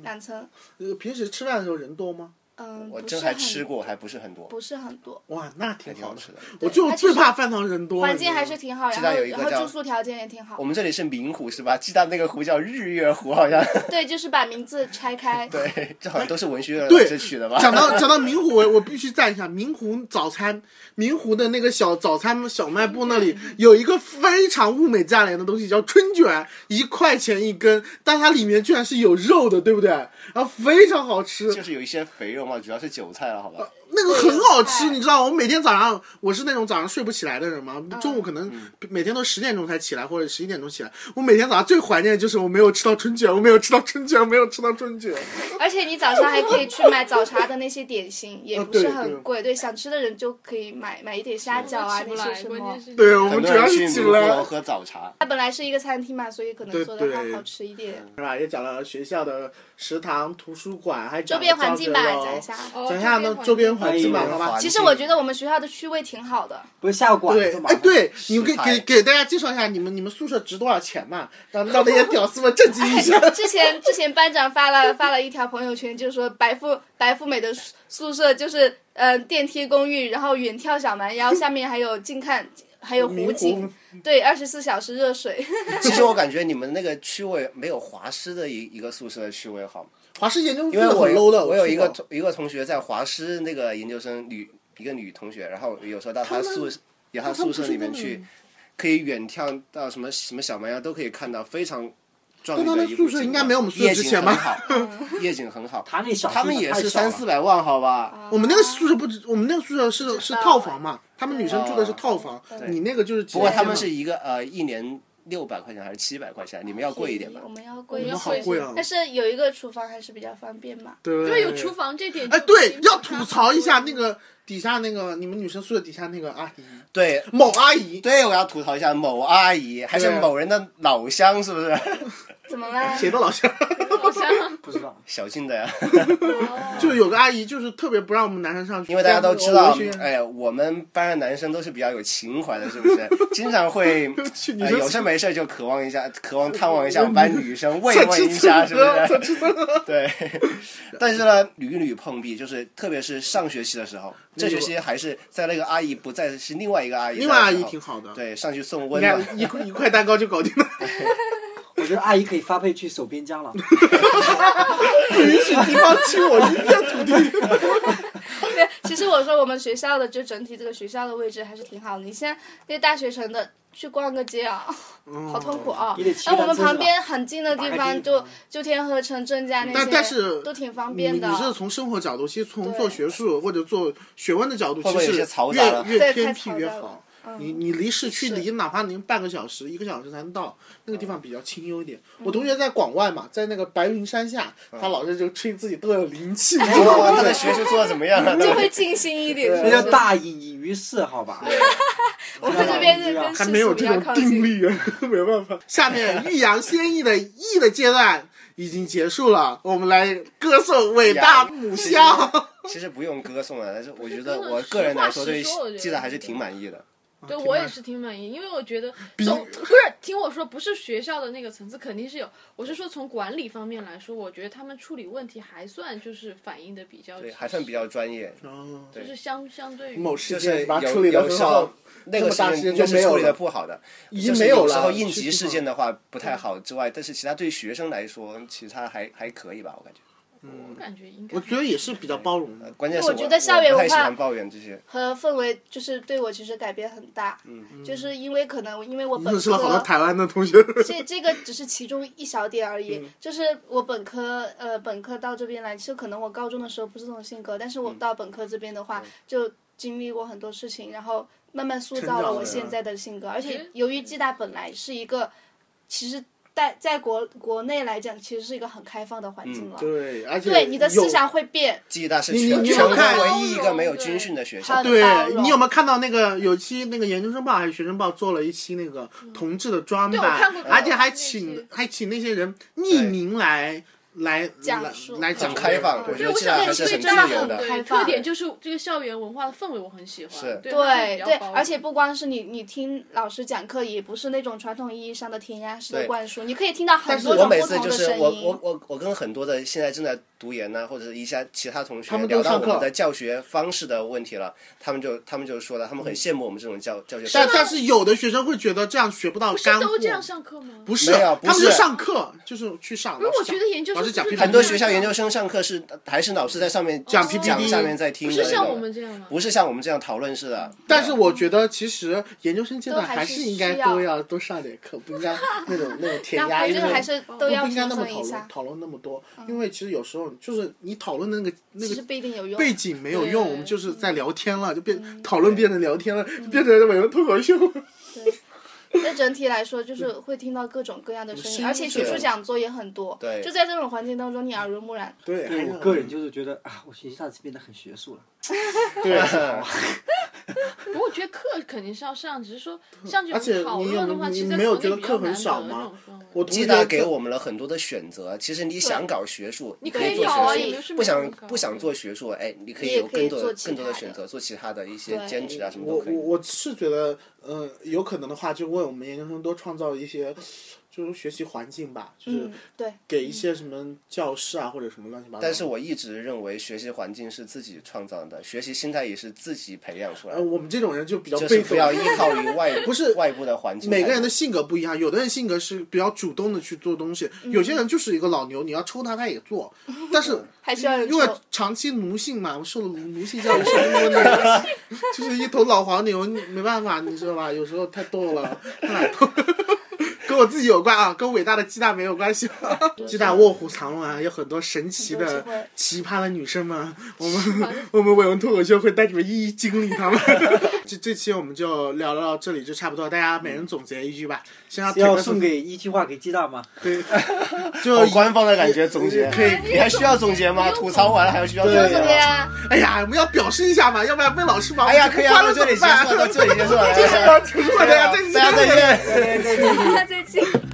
Speaker 6: 两层，
Speaker 1: 嗯呃平时吃饭的时候人多吗？
Speaker 6: 嗯，
Speaker 4: 我
Speaker 6: 不
Speaker 4: 真
Speaker 6: 是
Speaker 4: 还
Speaker 6: 很
Speaker 4: 吃过，还不是很多，
Speaker 6: 不是很多，
Speaker 1: 哇，那
Speaker 4: 还
Speaker 1: 挺
Speaker 4: 挺
Speaker 1: 好
Speaker 4: 好
Speaker 1: 的
Speaker 4: 吃。的。
Speaker 1: 我就
Speaker 6: 它
Speaker 1: 最
Speaker 6: 其实
Speaker 1: 怕饭堂人多了，
Speaker 6: 环境还是
Speaker 1: 你知
Speaker 6: 挺好，然
Speaker 4: 知
Speaker 6: 后
Speaker 4: 道有一个
Speaker 6: 然后
Speaker 4: 叫
Speaker 6: 住宿条件也挺好
Speaker 4: 我。们这里是明湖是吧？记得那个湖叫日月湖，好像
Speaker 6: 对，就是把名字
Speaker 4: [LAUGHS]
Speaker 6: 拆开。
Speaker 4: 对，这好像都是文学院老
Speaker 1: 对
Speaker 4: 师取的
Speaker 1: 道
Speaker 4: 吧
Speaker 1: 吗？？讲到讲到明湖，我我必须赞一下明湖早餐，明湖的那个小早餐小卖部那里有一个非常物美价廉的东西，叫春卷，一块钱一根，但它里面居然是有肉的，对不对？然后非常好吃，
Speaker 4: 就是有一些肥肉嘛，主要是韭菜了，好吧？
Speaker 1: 那个很好吃，
Speaker 6: 对
Speaker 1: 你知道，我每天早上我是那种早上睡不起来的人嘛，中午可能每天都十点钟才起来或者十一点钟起来。我每天早上最怀念的就是我没有吃到春卷，我没有吃到春卷，我没有吃到春卷。
Speaker 6: 而且你早上还可以去买早茶的那些点心，也
Speaker 1: 啊
Speaker 6: 不
Speaker 1: 对
Speaker 6: 是
Speaker 1: 对
Speaker 6: 很贵。对，想吃的人就可以买买一点虾饺啊
Speaker 5: 起不
Speaker 6: 那些
Speaker 5: 来，
Speaker 6: 什
Speaker 5: 关
Speaker 6: 么
Speaker 5: 键。是
Speaker 1: 对我哦们
Speaker 4: 很多
Speaker 1: 主要
Speaker 4: 人
Speaker 1: 是
Speaker 4: 去
Speaker 1: 起
Speaker 4: 明
Speaker 1: 不
Speaker 4: 湖
Speaker 1: 来
Speaker 4: 楼，喝早茶，
Speaker 6: 它本来是一个餐厅嘛，所以可
Speaker 1: 对
Speaker 6: 能做的
Speaker 1: 对
Speaker 6: 饭好吃一点。
Speaker 4: 嗯
Speaker 1: 是吧？也讲了学校的食堂、图书馆，还
Speaker 6: 周
Speaker 1: 讲了
Speaker 6: 边环境吧，
Speaker 1: 教学楼
Speaker 6: 讲一下。
Speaker 5: 哦
Speaker 1: 讲一下呢周
Speaker 5: 周
Speaker 1: 边
Speaker 5: 边
Speaker 1: 环境吧，
Speaker 2: 哎呦
Speaker 1: 好吧？
Speaker 6: 其实我觉得我们学校的区位挺好的，
Speaker 2: 不是下馆
Speaker 1: 对
Speaker 2: 子，嘛？
Speaker 6: [LAUGHS]
Speaker 1: 哎，对，你们给
Speaker 4: 食
Speaker 1: 给
Speaker 4: 材
Speaker 1: 给大家介绍一下你们你们宿舍值多少钱嘛，让让那些屌丝们震惊一
Speaker 6: [LAUGHS]
Speaker 1: 下。
Speaker 6: 之前之前班长发了发了一条朋友圈，就说白富白富美的宿宿舍就是嗯、呃电梯公寓，然后远眺小蛮腰，下面还有近看还有湖
Speaker 1: 明
Speaker 6: 景，
Speaker 1: 湖
Speaker 6: 对，二十四小时热水。
Speaker 4: 其实我感觉你们那个区位没有华师的一一个宿舍的区位好，
Speaker 1: 华师研究
Speaker 4: 因为
Speaker 1: 所
Speaker 4: 我
Speaker 1: 很 low 的，
Speaker 4: 我有一
Speaker 1: 去
Speaker 4: 个
Speaker 1: 过
Speaker 4: 同一个同学在华师那个研究生女一个女同学，然后有时候到她宿也她
Speaker 1: 他们
Speaker 4: 宿
Speaker 1: 不
Speaker 4: 舍
Speaker 1: 是
Speaker 4: 里面
Speaker 1: 那
Speaker 4: 去
Speaker 1: 种，
Speaker 4: 可以远眺到什么什么小蛮腰都可以看到非常壮丽
Speaker 1: 但他
Speaker 4: 的
Speaker 1: 们
Speaker 4: 一幅
Speaker 1: 宿舍
Speaker 4: 景
Speaker 1: 应该
Speaker 4: 观
Speaker 1: 没有我们宿舍
Speaker 4: 夜
Speaker 1: 值
Speaker 4: 景
Speaker 1: 钱
Speaker 4: 很
Speaker 1: 吧
Speaker 4: 好，
Speaker 1: [LAUGHS]
Speaker 4: 夜景很好。
Speaker 2: 他那小
Speaker 4: 他们
Speaker 2: 区
Speaker 4: 也
Speaker 2: 太
Speaker 4: 是
Speaker 2: 小了啊
Speaker 4: 三四百万，好吧？
Speaker 1: 我们那个宿舍不止，我们那个宿舍是是
Speaker 6: 道
Speaker 1: 套房嘛，他们女生住的是套房，
Speaker 6: 对
Speaker 1: 你那个就是几
Speaker 4: 哦不过
Speaker 1: 间
Speaker 4: 他们
Speaker 1: 嘛
Speaker 4: 是一个呃一年六百块钱还是七百块钱，你们要贵一点吧
Speaker 6: [LAUGHS] 我？
Speaker 2: 嗯
Speaker 6: 们要
Speaker 5: 我
Speaker 6: 贵
Speaker 5: 们
Speaker 6: 一
Speaker 5: 要
Speaker 1: 好
Speaker 5: 贵
Speaker 6: 些，
Speaker 1: 贵啊，
Speaker 6: 但是有一个厨房还是比较方便嘛。
Speaker 1: 对
Speaker 5: 因为有厨。房这点，
Speaker 1: 哎，对，要吐槽一下那个底下那个你们女生宿舍底下那个阿姨，
Speaker 4: 对
Speaker 1: 某阿姨，
Speaker 4: 对，我要吐槽一下某阿姨，还是
Speaker 1: 对
Speaker 4: 某人的老乡，是不 [LAUGHS] 是？
Speaker 6: 怎么啦？
Speaker 1: 谁的老乡？
Speaker 5: 好像
Speaker 1: [LAUGHS]
Speaker 2: 不知道。
Speaker 4: 小心的呀。
Speaker 1: 就有个阿姨就是特别不让我们男生上去，
Speaker 4: 因为大家都知
Speaker 1: 我
Speaker 4: 道
Speaker 1: 我去，
Speaker 4: 哎，我们班的男生都是比较有情怀的，是不
Speaker 1: [LAUGHS]
Speaker 4: 是？经常会、
Speaker 1: 去女
Speaker 4: 呃、
Speaker 1: 生
Speaker 4: 有
Speaker 1: 宿舍
Speaker 4: 事没事就渴望一下，渴望探望一下我们班女生，慰问一
Speaker 1: 蹭
Speaker 4: 下，
Speaker 1: 吃
Speaker 4: 是
Speaker 1: 蹭
Speaker 4: 不
Speaker 1: 喝，蹭
Speaker 4: 是？
Speaker 1: 吃蹭喝。
Speaker 4: [LAUGHS] 对。但是呢，屡屡碰壁，就是特别是上学期的时候，这学期还是在那个阿姨不在，是另外一个阿姨在的
Speaker 1: 另
Speaker 4: 时候。
Speaker 1: 外阿姨挺好的，
Speaker 4: 对，上去送
Speaker 1: 你
Speaker 4: 温暖。
Speaker 1: 看一块一块蛋糕就搞定了，
Speaker 2: 我觉得阿姨可以发配去守边疆
Speaker 6: [LAUGHS]
Speaker 2: 了。
Speaker 1: 不允许敌方侵我一片土地。
Speaker 6: 对，其实我说我们学校的就整体这个学校的位置还是挺好的。你现在那大学城的去逛个街啊，
Speaker 1: 嗯
Speaker 6: [LAUGHS] 好痛苦啊
Speaker 2: 你得。骑
Speaker 6: 那我
Speaker 2: 单
Speaker 6: 们
Speaker 2: 车是吧
Speaker 6: 旁边很近的地方
Speaker 2: 打
Speaker 6: 就
Speaker 2: 个的
Speaker 6: 就天河城、正佳那
Speaker 1: 但
Speaker 6: 些，
Speaker 1: 但是
Speaker 6: 都挺方
Speaker 1: 你
Speaker 6: 便的
Speaker 1: 你。是从生活角度，其实从
Speaker 6: 对
Speaker 1: 做学术或者做学问的角度，
Speaker 4: 会不会
Speaker 1: 其
Speaker 4: 有
Speaker 1: 实
Speaker 4: 些嘈杂
Speaker 1: 越
Speaker 4: 了
Speaker 1: 越
Speaker 6: 对
Speaker 1: 偏
Speaker 6: 太
Speaker 1: 僻
Speaker 6: 嘈
Speaker 1: 越
Speaker 6: 杂了嗯
Speaker 1: 好。你你离市区
Speaker 6: 是
Speaker 1: 离哪怕您半个小时、一个小时才能到，那个地
Speaker 4: 嗯
Speaker 1: 方比较清幽一点。
Speaker 6: 嗯
Speaker 1: 我同学在广外嘛，在那个白云山下，他
Speaker 4: 嗯
Speaker 1: 老是就吹自己得了灵
Speaker 6: [LAUGHS]
Speaker 1: 气，你知道
Speaker 4: [LAUGHS] 哇，他
Speaker 1: 吗
Speaker 4: 的学术做的怎么样啊？
Speaker 6: 就会静心一点。
Speaker 2: 那
Speaker 6: 是
Speaker 2: 叫
Speaker 6: 不是
Speaker 2: 大隐隐于市，好吧？ [LAUGHS]
Speaker 6: 我们这边是跟
Speaker 1: 还
Speaker 6: 世
Speaker 1: 没有
Speaker 6: 俗比
Speaker 1: 这
Speaker 6: 较
Speaker 1: 种
Speaker 6: 靠
Speaker 1: 定
Speaker 6: 近。
Speaker 1: 力， [LAUGHS] 没办法。下
Speaker 5: [LAUGHS]
Speaker 1: 面欲扬先抑的抑的阶段已经结束了，我们来歌颂伟大母 [LAUGHS] 校。
Speaker 4: [LAUGHS] 其实不用歌颂了，但是我觉得
Speaker 5: 真的
Speaker 4: 我个人来说，对
Speaker 5: 实话实说我觉得
Speaker 4: 记得还是挺满意的。
Speaker 5: 对
Speaker 1: 挺
Speaker 5: 我
Speaker 1: 满
Speaker 5: 也是挺满意，因为我觉得
Speaker 1: 比
Speaker 5: 总不是听我说，不是学校的那个层次肯定是有，我是说从管理方面来说，我觉得他们处理问题还算就是反应的比较
Speaker 4: 对，还算比较专业。
Speaker 1: 哦
Speaker 5: 就是相相对于
Speaker 1: 某事
Speaker 4: 就是
Speaker 1: 件把它
Speaker 4: 有
Speaker 1: 处理的
Speaker 4: 有
Speaker 1: 很
Speaker 4: 时
Speaker 1: 好
Speaker 4: 候，那
Speaker 1: 这
Speaker 4: 个
Speaker 1: 么大事件
Speaker 4: 情
Speaker 1: 就
Speaker 4: 就
Speaker 1: 没
Speaker 4: 是
Speaker 1: 有
Speaker 4: 处理的
Speaker 1: 了
Speaker 4: 不好的，
Speaker 1: 已
Speaker 4: 就
Speaker 1: 经
Speaker 4: 是
Speaker 1: 没有
Speaker 4: 时候
Speaker 1: 了。
Speaker 4: 应急
Speaker 1: 是
Speaker 4: 事
Speaker 1: 挺
Speaker 4: 件
Speaker 1: 好
Speaker 4: 的话不太好之外，但是其他对学生来说，其他还还可以吧，我感觉。呃
Speaker 5: 我感觉应该
Speaker 1: 我觉得也是比较包容
Speaker 4: [LAUGHS]
Speaker 1: 的。
Speaker 4: 关键是
Speaker 6: 我觉得校园
Speaker 4: 我不
Speaker 6: 文
Speaker 4: 太喜
Speaker 6: 化
Speaker 4: 欢抱怨这些。
Speaker 6: 和氛围就是对我其实改变很大，
Speaker 1: 嗯
Speaker 6: 就是因为可能因为我本
Speaker 1: 认识了
Speaker 5: 啊
Speaker 1: 好多
Speaker 6: 科
Speaker 1: 台湾的
Speaker 4: [LAUGHS]
Speaker 1: 同学。
Speaker 6: 这这个只是其中一小点而已。
Speaker 4: 嗯
Speaker 6: 就是我本科呃本科到这边来，其实可能我高中的时候不是这种性格，但是
Speaker 4: 嗯
Speaker 6: 我到本科这边的话，就经历过很多事情，然后慢慢塑造了我
Speaker 4: 嗯
Speaker 6: 现在的性格。而且由于暨大本来是一个，其实在在国国内来讲，其实是一个很开放的环境
Speaker 4: 嗯
Speaker 6: 了。
Speaker 1: 对，而且
Speaker 6: 对你的
Speaker 1: 有
Speaker 6: 思想会变，
Speaker 4: 暨大是
Speaker 1: 你
Speaker 4: 全
Speaker 1: 你
Speaker 4: 全
Speaker 1: 有
Speaker 4: 国
Speaker 1: 看
Speaker 4: 唯一一个没有军训的学校
Speaker 6: 好，的包
Speaker 1: 对
Speaker 6: 容
Speaker 1: 你有没有看到那个有期那个研究生报还是学生报做了一期那个同志的专
Speaker 5: 嗯对我看
Speaker 1: 版
Speaker 5: 过，
Speaker 1: 而且还
Speaker 5: 那
Speaker 1: 请
Speaker 5: 期
Speaker 1: 还请那些人匿名来来
Speaker 6: 讲
Speaker 1: 来
Speaker 6: 述
Speaker 1: 来讲
Speaker 4: 很开放，
Speaker 1: 这
Speaker 4: 我
Speaker 1: 个
Speaker 4: 觉
Speaker 5: 对，
Speaker 4: 得这
Speaker 5: 我
Speaker 4: 样还
Speaker 5: 想对
Speaker 4: 是
Speaker 5: 最
Speaker 4: 很自
Speaker 5: 大
Speaker 4: 由
Speaker 5: 的
Speaker 4: 的。
Speaker 6: 开
Speaker 5: 对
Speaker 6: 放
Speaker 5: 特点就是这个校园文化的氛围，我很喜欢。
Speaker 4: 是
Speaker 5: 对
Speaker 6: 对对
Speaker 5: 对，，
Speaker 6: 而且不光是你，你听老师讲课，也不是那种传统意义上的填鸭式的
Speaker 4: 对
Speaker 6: 灌输，你可以听到很
Speaker 1: 但是
Speaker 6: 多
Speaker 4: 我
Speaker 6: 种
Speaker 4: 每
Speaker 6: 不
Speaker 4: 次
Speaker 6: 同
Speaker 4: 就
Speaker 6: 的
Speaker 4: 是
Speaker 6: 声
Speaker 4: 我
Speaker 6: 音。
Speaker 4: 我我我跟很多的现在正在读研呢、或者是一些其他同学
Speaker 1: 他们都
Speaker 4: 聊到
Speaker 1: 上
Speaker 4: 我
Speaker 1: 课
Speaker 4: 们的教学方式的问题了，他们就他们就说了，他们很羡慕我们这种教教学方
Speaker 1: 嗯但
Speaker 4: 式。
Speaker 1: [LAUGHS] 但是有的学生会觉得这样学不到
Speaker 5: 不是
Speaker 1: 干货，
Speaker 5: 都这样上课吗？
Speaker 1: 不是，
Speaker 4: 没有不
Speaker 1: 他们就是上课，就是去上。
Speaker 5: 不是
Speaker 1: 老师
Speaker 5: 我觉得
Speaker 1: 讲
Speaker 5: 研究
Speaker 1: 老
Speaker 5: 生
Speaker 1: 师讲
Speaker 5: 不是
Speaker 1: PPT
Speaker 4: 很多学校研究生上课是还是老师在上面
Speaker 1: 讲 PPT
Speaker 4: 讲上面在听
Speaker 5: 不
Speaker 4: 的
Speaker 5: 是
Speaker 4: 那
Speaker 5: 像我
Speaker 4: 种
Speaker 5: 们这样吗？
Speaker 4: 不是像我们这样讨论似的。
Speaker 1: 但是我觉得，其实研究生阶段
Speaker 6: 都还是
Speaker 1: 是应该
Speaker 6: 需要
Speaker 1: 都要多上点课，不应
Speaker 5: [LAUGHS]
Speaker 1: 该那种那种填鸭，
Speaker 5: 那
Speaker 1: 因
Speaker 6: 这个
Speaker 1: 为
Speaker 6: 还是
Speaker 1: 都
Speaker 6: 都要
Speaker 1: 哦不应该
Speaker 6: 平
Speaker 1: 那么
Speaker 6: 衡
Speaker 1: 讨
Speaker 6: 一下
Speaker 1: 论，讨论那么多，
Speaker 5: 嗯
Speaker 1: 因为其实有时候就是你讨论的那个那
Speaker 6: 其
Speaker 1: 个
Speaker 6: 实不一定有用。
Speaker 1: 背景没有用，
Speaker 5: 对嗯
Speaker 1: 我们就是在聊天了，就变讨论变成聊天了，变成每个脱口秀。
Speaker 6: 但整体来说，就是会听到各种各样的声
Speaker 1: 是
Speaker 6: 音，而且学术讲座也很多。
Speaker 4: 对
Speaker 6: 就在这种环境当中，你耳濡目染。
Speaker 1: 对，还
Speaker 2: 对
Speaker 1: 是
Speaker 2: 我个人就是觉得啊，我一下子变得很学术了。
Speaker 1: 对，
Speaker 4: [LAUGHS]
Speaker 5: 不过我觉得课肯定是要上，只是说像这
Speaker 1: 而且
Speaker 5: 种讨
Speaker 1: 你有
Speaker 5: 论的话，
Speaker 1: 你
Speaker 5: 其实
Speaker 1: 你
Speaker 5: 在
Speaker 1: 没有
Speaker 5: 国内
Speaker 1: 觉得
Speaker 5: 比较
Speaker 1: 课很
Speaker 5: 难得
Speaker 1: 少
Speaker 5: 的
Speaker 1: 吗
Speaker 5: 这种氛围
Speaker 1: 我同
Speaker 4: 暨
Speaker 1: 学
Speaker 4: 大
Speaker 1: 在
Speaker 4: 给我们了很多的选择。其实你想搞学术，你
Speaker 5: 可以
Speaker 4: 做
Speaker 6: 搞啊
Speaker 4: 学
Speaker 6: 也没
Speaker 5: 什
Speaker 4: 术；
Speaker 5: 么
Speaker 4: 不想
Speaker 5: 不可
Speaker 4: 不想做学术，哎，你可
Speaker 6: 你
Speaker 4: 以
Speaker 6: 也
Speaker 4: 有
Speaker 6: 可
Speaker 4: 更
Speaker 6: 以
Speaker 4: 多
Speaker 6: 做其
Speaker 4: 更多的
Speaker 6: 他
Speaker 4: 选
Speaker 6: 的
Speaker 4: 择，做其他的一些
Speaker 6: 对
Speaker 4: 兼职啊什么
Speaker 1: 我
Speaker 4: 都
Speaker 1: 我
Speaker 4: 可以。
Speaker 1: 我是觉得，呃，有可能的话，就为我们研究生多创造一些就是学习环境吧，就是
Speaker 6: 嗯，对，
Speaker 1: 给一些什么教室啊或者什么乱七八糟。
Speaker 4: 但是我一直认为学习环境是自己创造的，学习心态也是自己培养出来
Speaker 1: 呃，
Speaker 4: 的，
Speaker 1: 我们这种人就比较
Speaker 4: 就
Speaker 1: 被
Speaker 4: 是不
Speaker 1: 动。
Speaker 4: 要依靠于 [LAUGHS] 外
Speaker 1: 不是
Speaker 4: 外部的环境。
Speaker 1: 每个人的性格不一样，有的人性格是比较主动的去做东西，有些人就是一个老牛，你要抽他他也做。但是
Speaker 6: 还需要有
Speaker 1: 因为
Speaker 6: 手
Speaker 1: 长期奴性嘛，我受了奴奴性教育深多年， [LAUGHS] 就是一头老黄牛，没办法，你知道吧？有时候太逗了，太懒惰。跟我自己有关啊， [LAUGHS] 跟伟大的鸡蛋没有关系。鸡蛋卧虎藏龙啊，有很多神奇
Speaker 6: 很多
Speaker 1: 的
Speaker 6: 机会
Speaker 1: 奇葩的女生们，我们我们伟文脱口秀会带你们一一经历她们。 [LAUGHS] 这这期我们就聊到这里，就差不多，大家每人总结一句吧。先让
Speaker 2: 要
Speaker 1: 腿哥
Speaker 2: 送给一句话给鸡大吗？
Speaker 1: 对，
Speaker 4: 好
Speaker 1: 就
Speaker 4: 官方的感觉总结，
Speaker 1: 可以
Speaker 4: 你还需要总结吗？吐槽完了还要需要总
Speaker 1: 对
Speaker 4: 结
Speaker 6: 怎么
Speaker 4: 吗？
Speaker 6: 样？
Speaker 1: 哎呀，我们要表示一下嘛，要不然被老师把我
Speaker 4: 哎
Speaker 1: 们
Speaker 4: 呀，
Speaker 1: 节目
Speaker 4: 可以啊，
Speaker 1: 关
Speaker 4: 到
Speaker 1: 了
Speaker 4: 这
Speaker 1: 怎
Speaker 4: 里
Speaker 1: 么
Speaker 4: 结
Speaker 1: 办？
Speaker 4: 束 [LAUGHS] 了，到这里结束了，哎
Speaker 1: 这是要结束了，大家再
Speaker 4: 大家
Speaker 1: 见。
Speaker 4: 再见。
Speaker 6: 大家再见。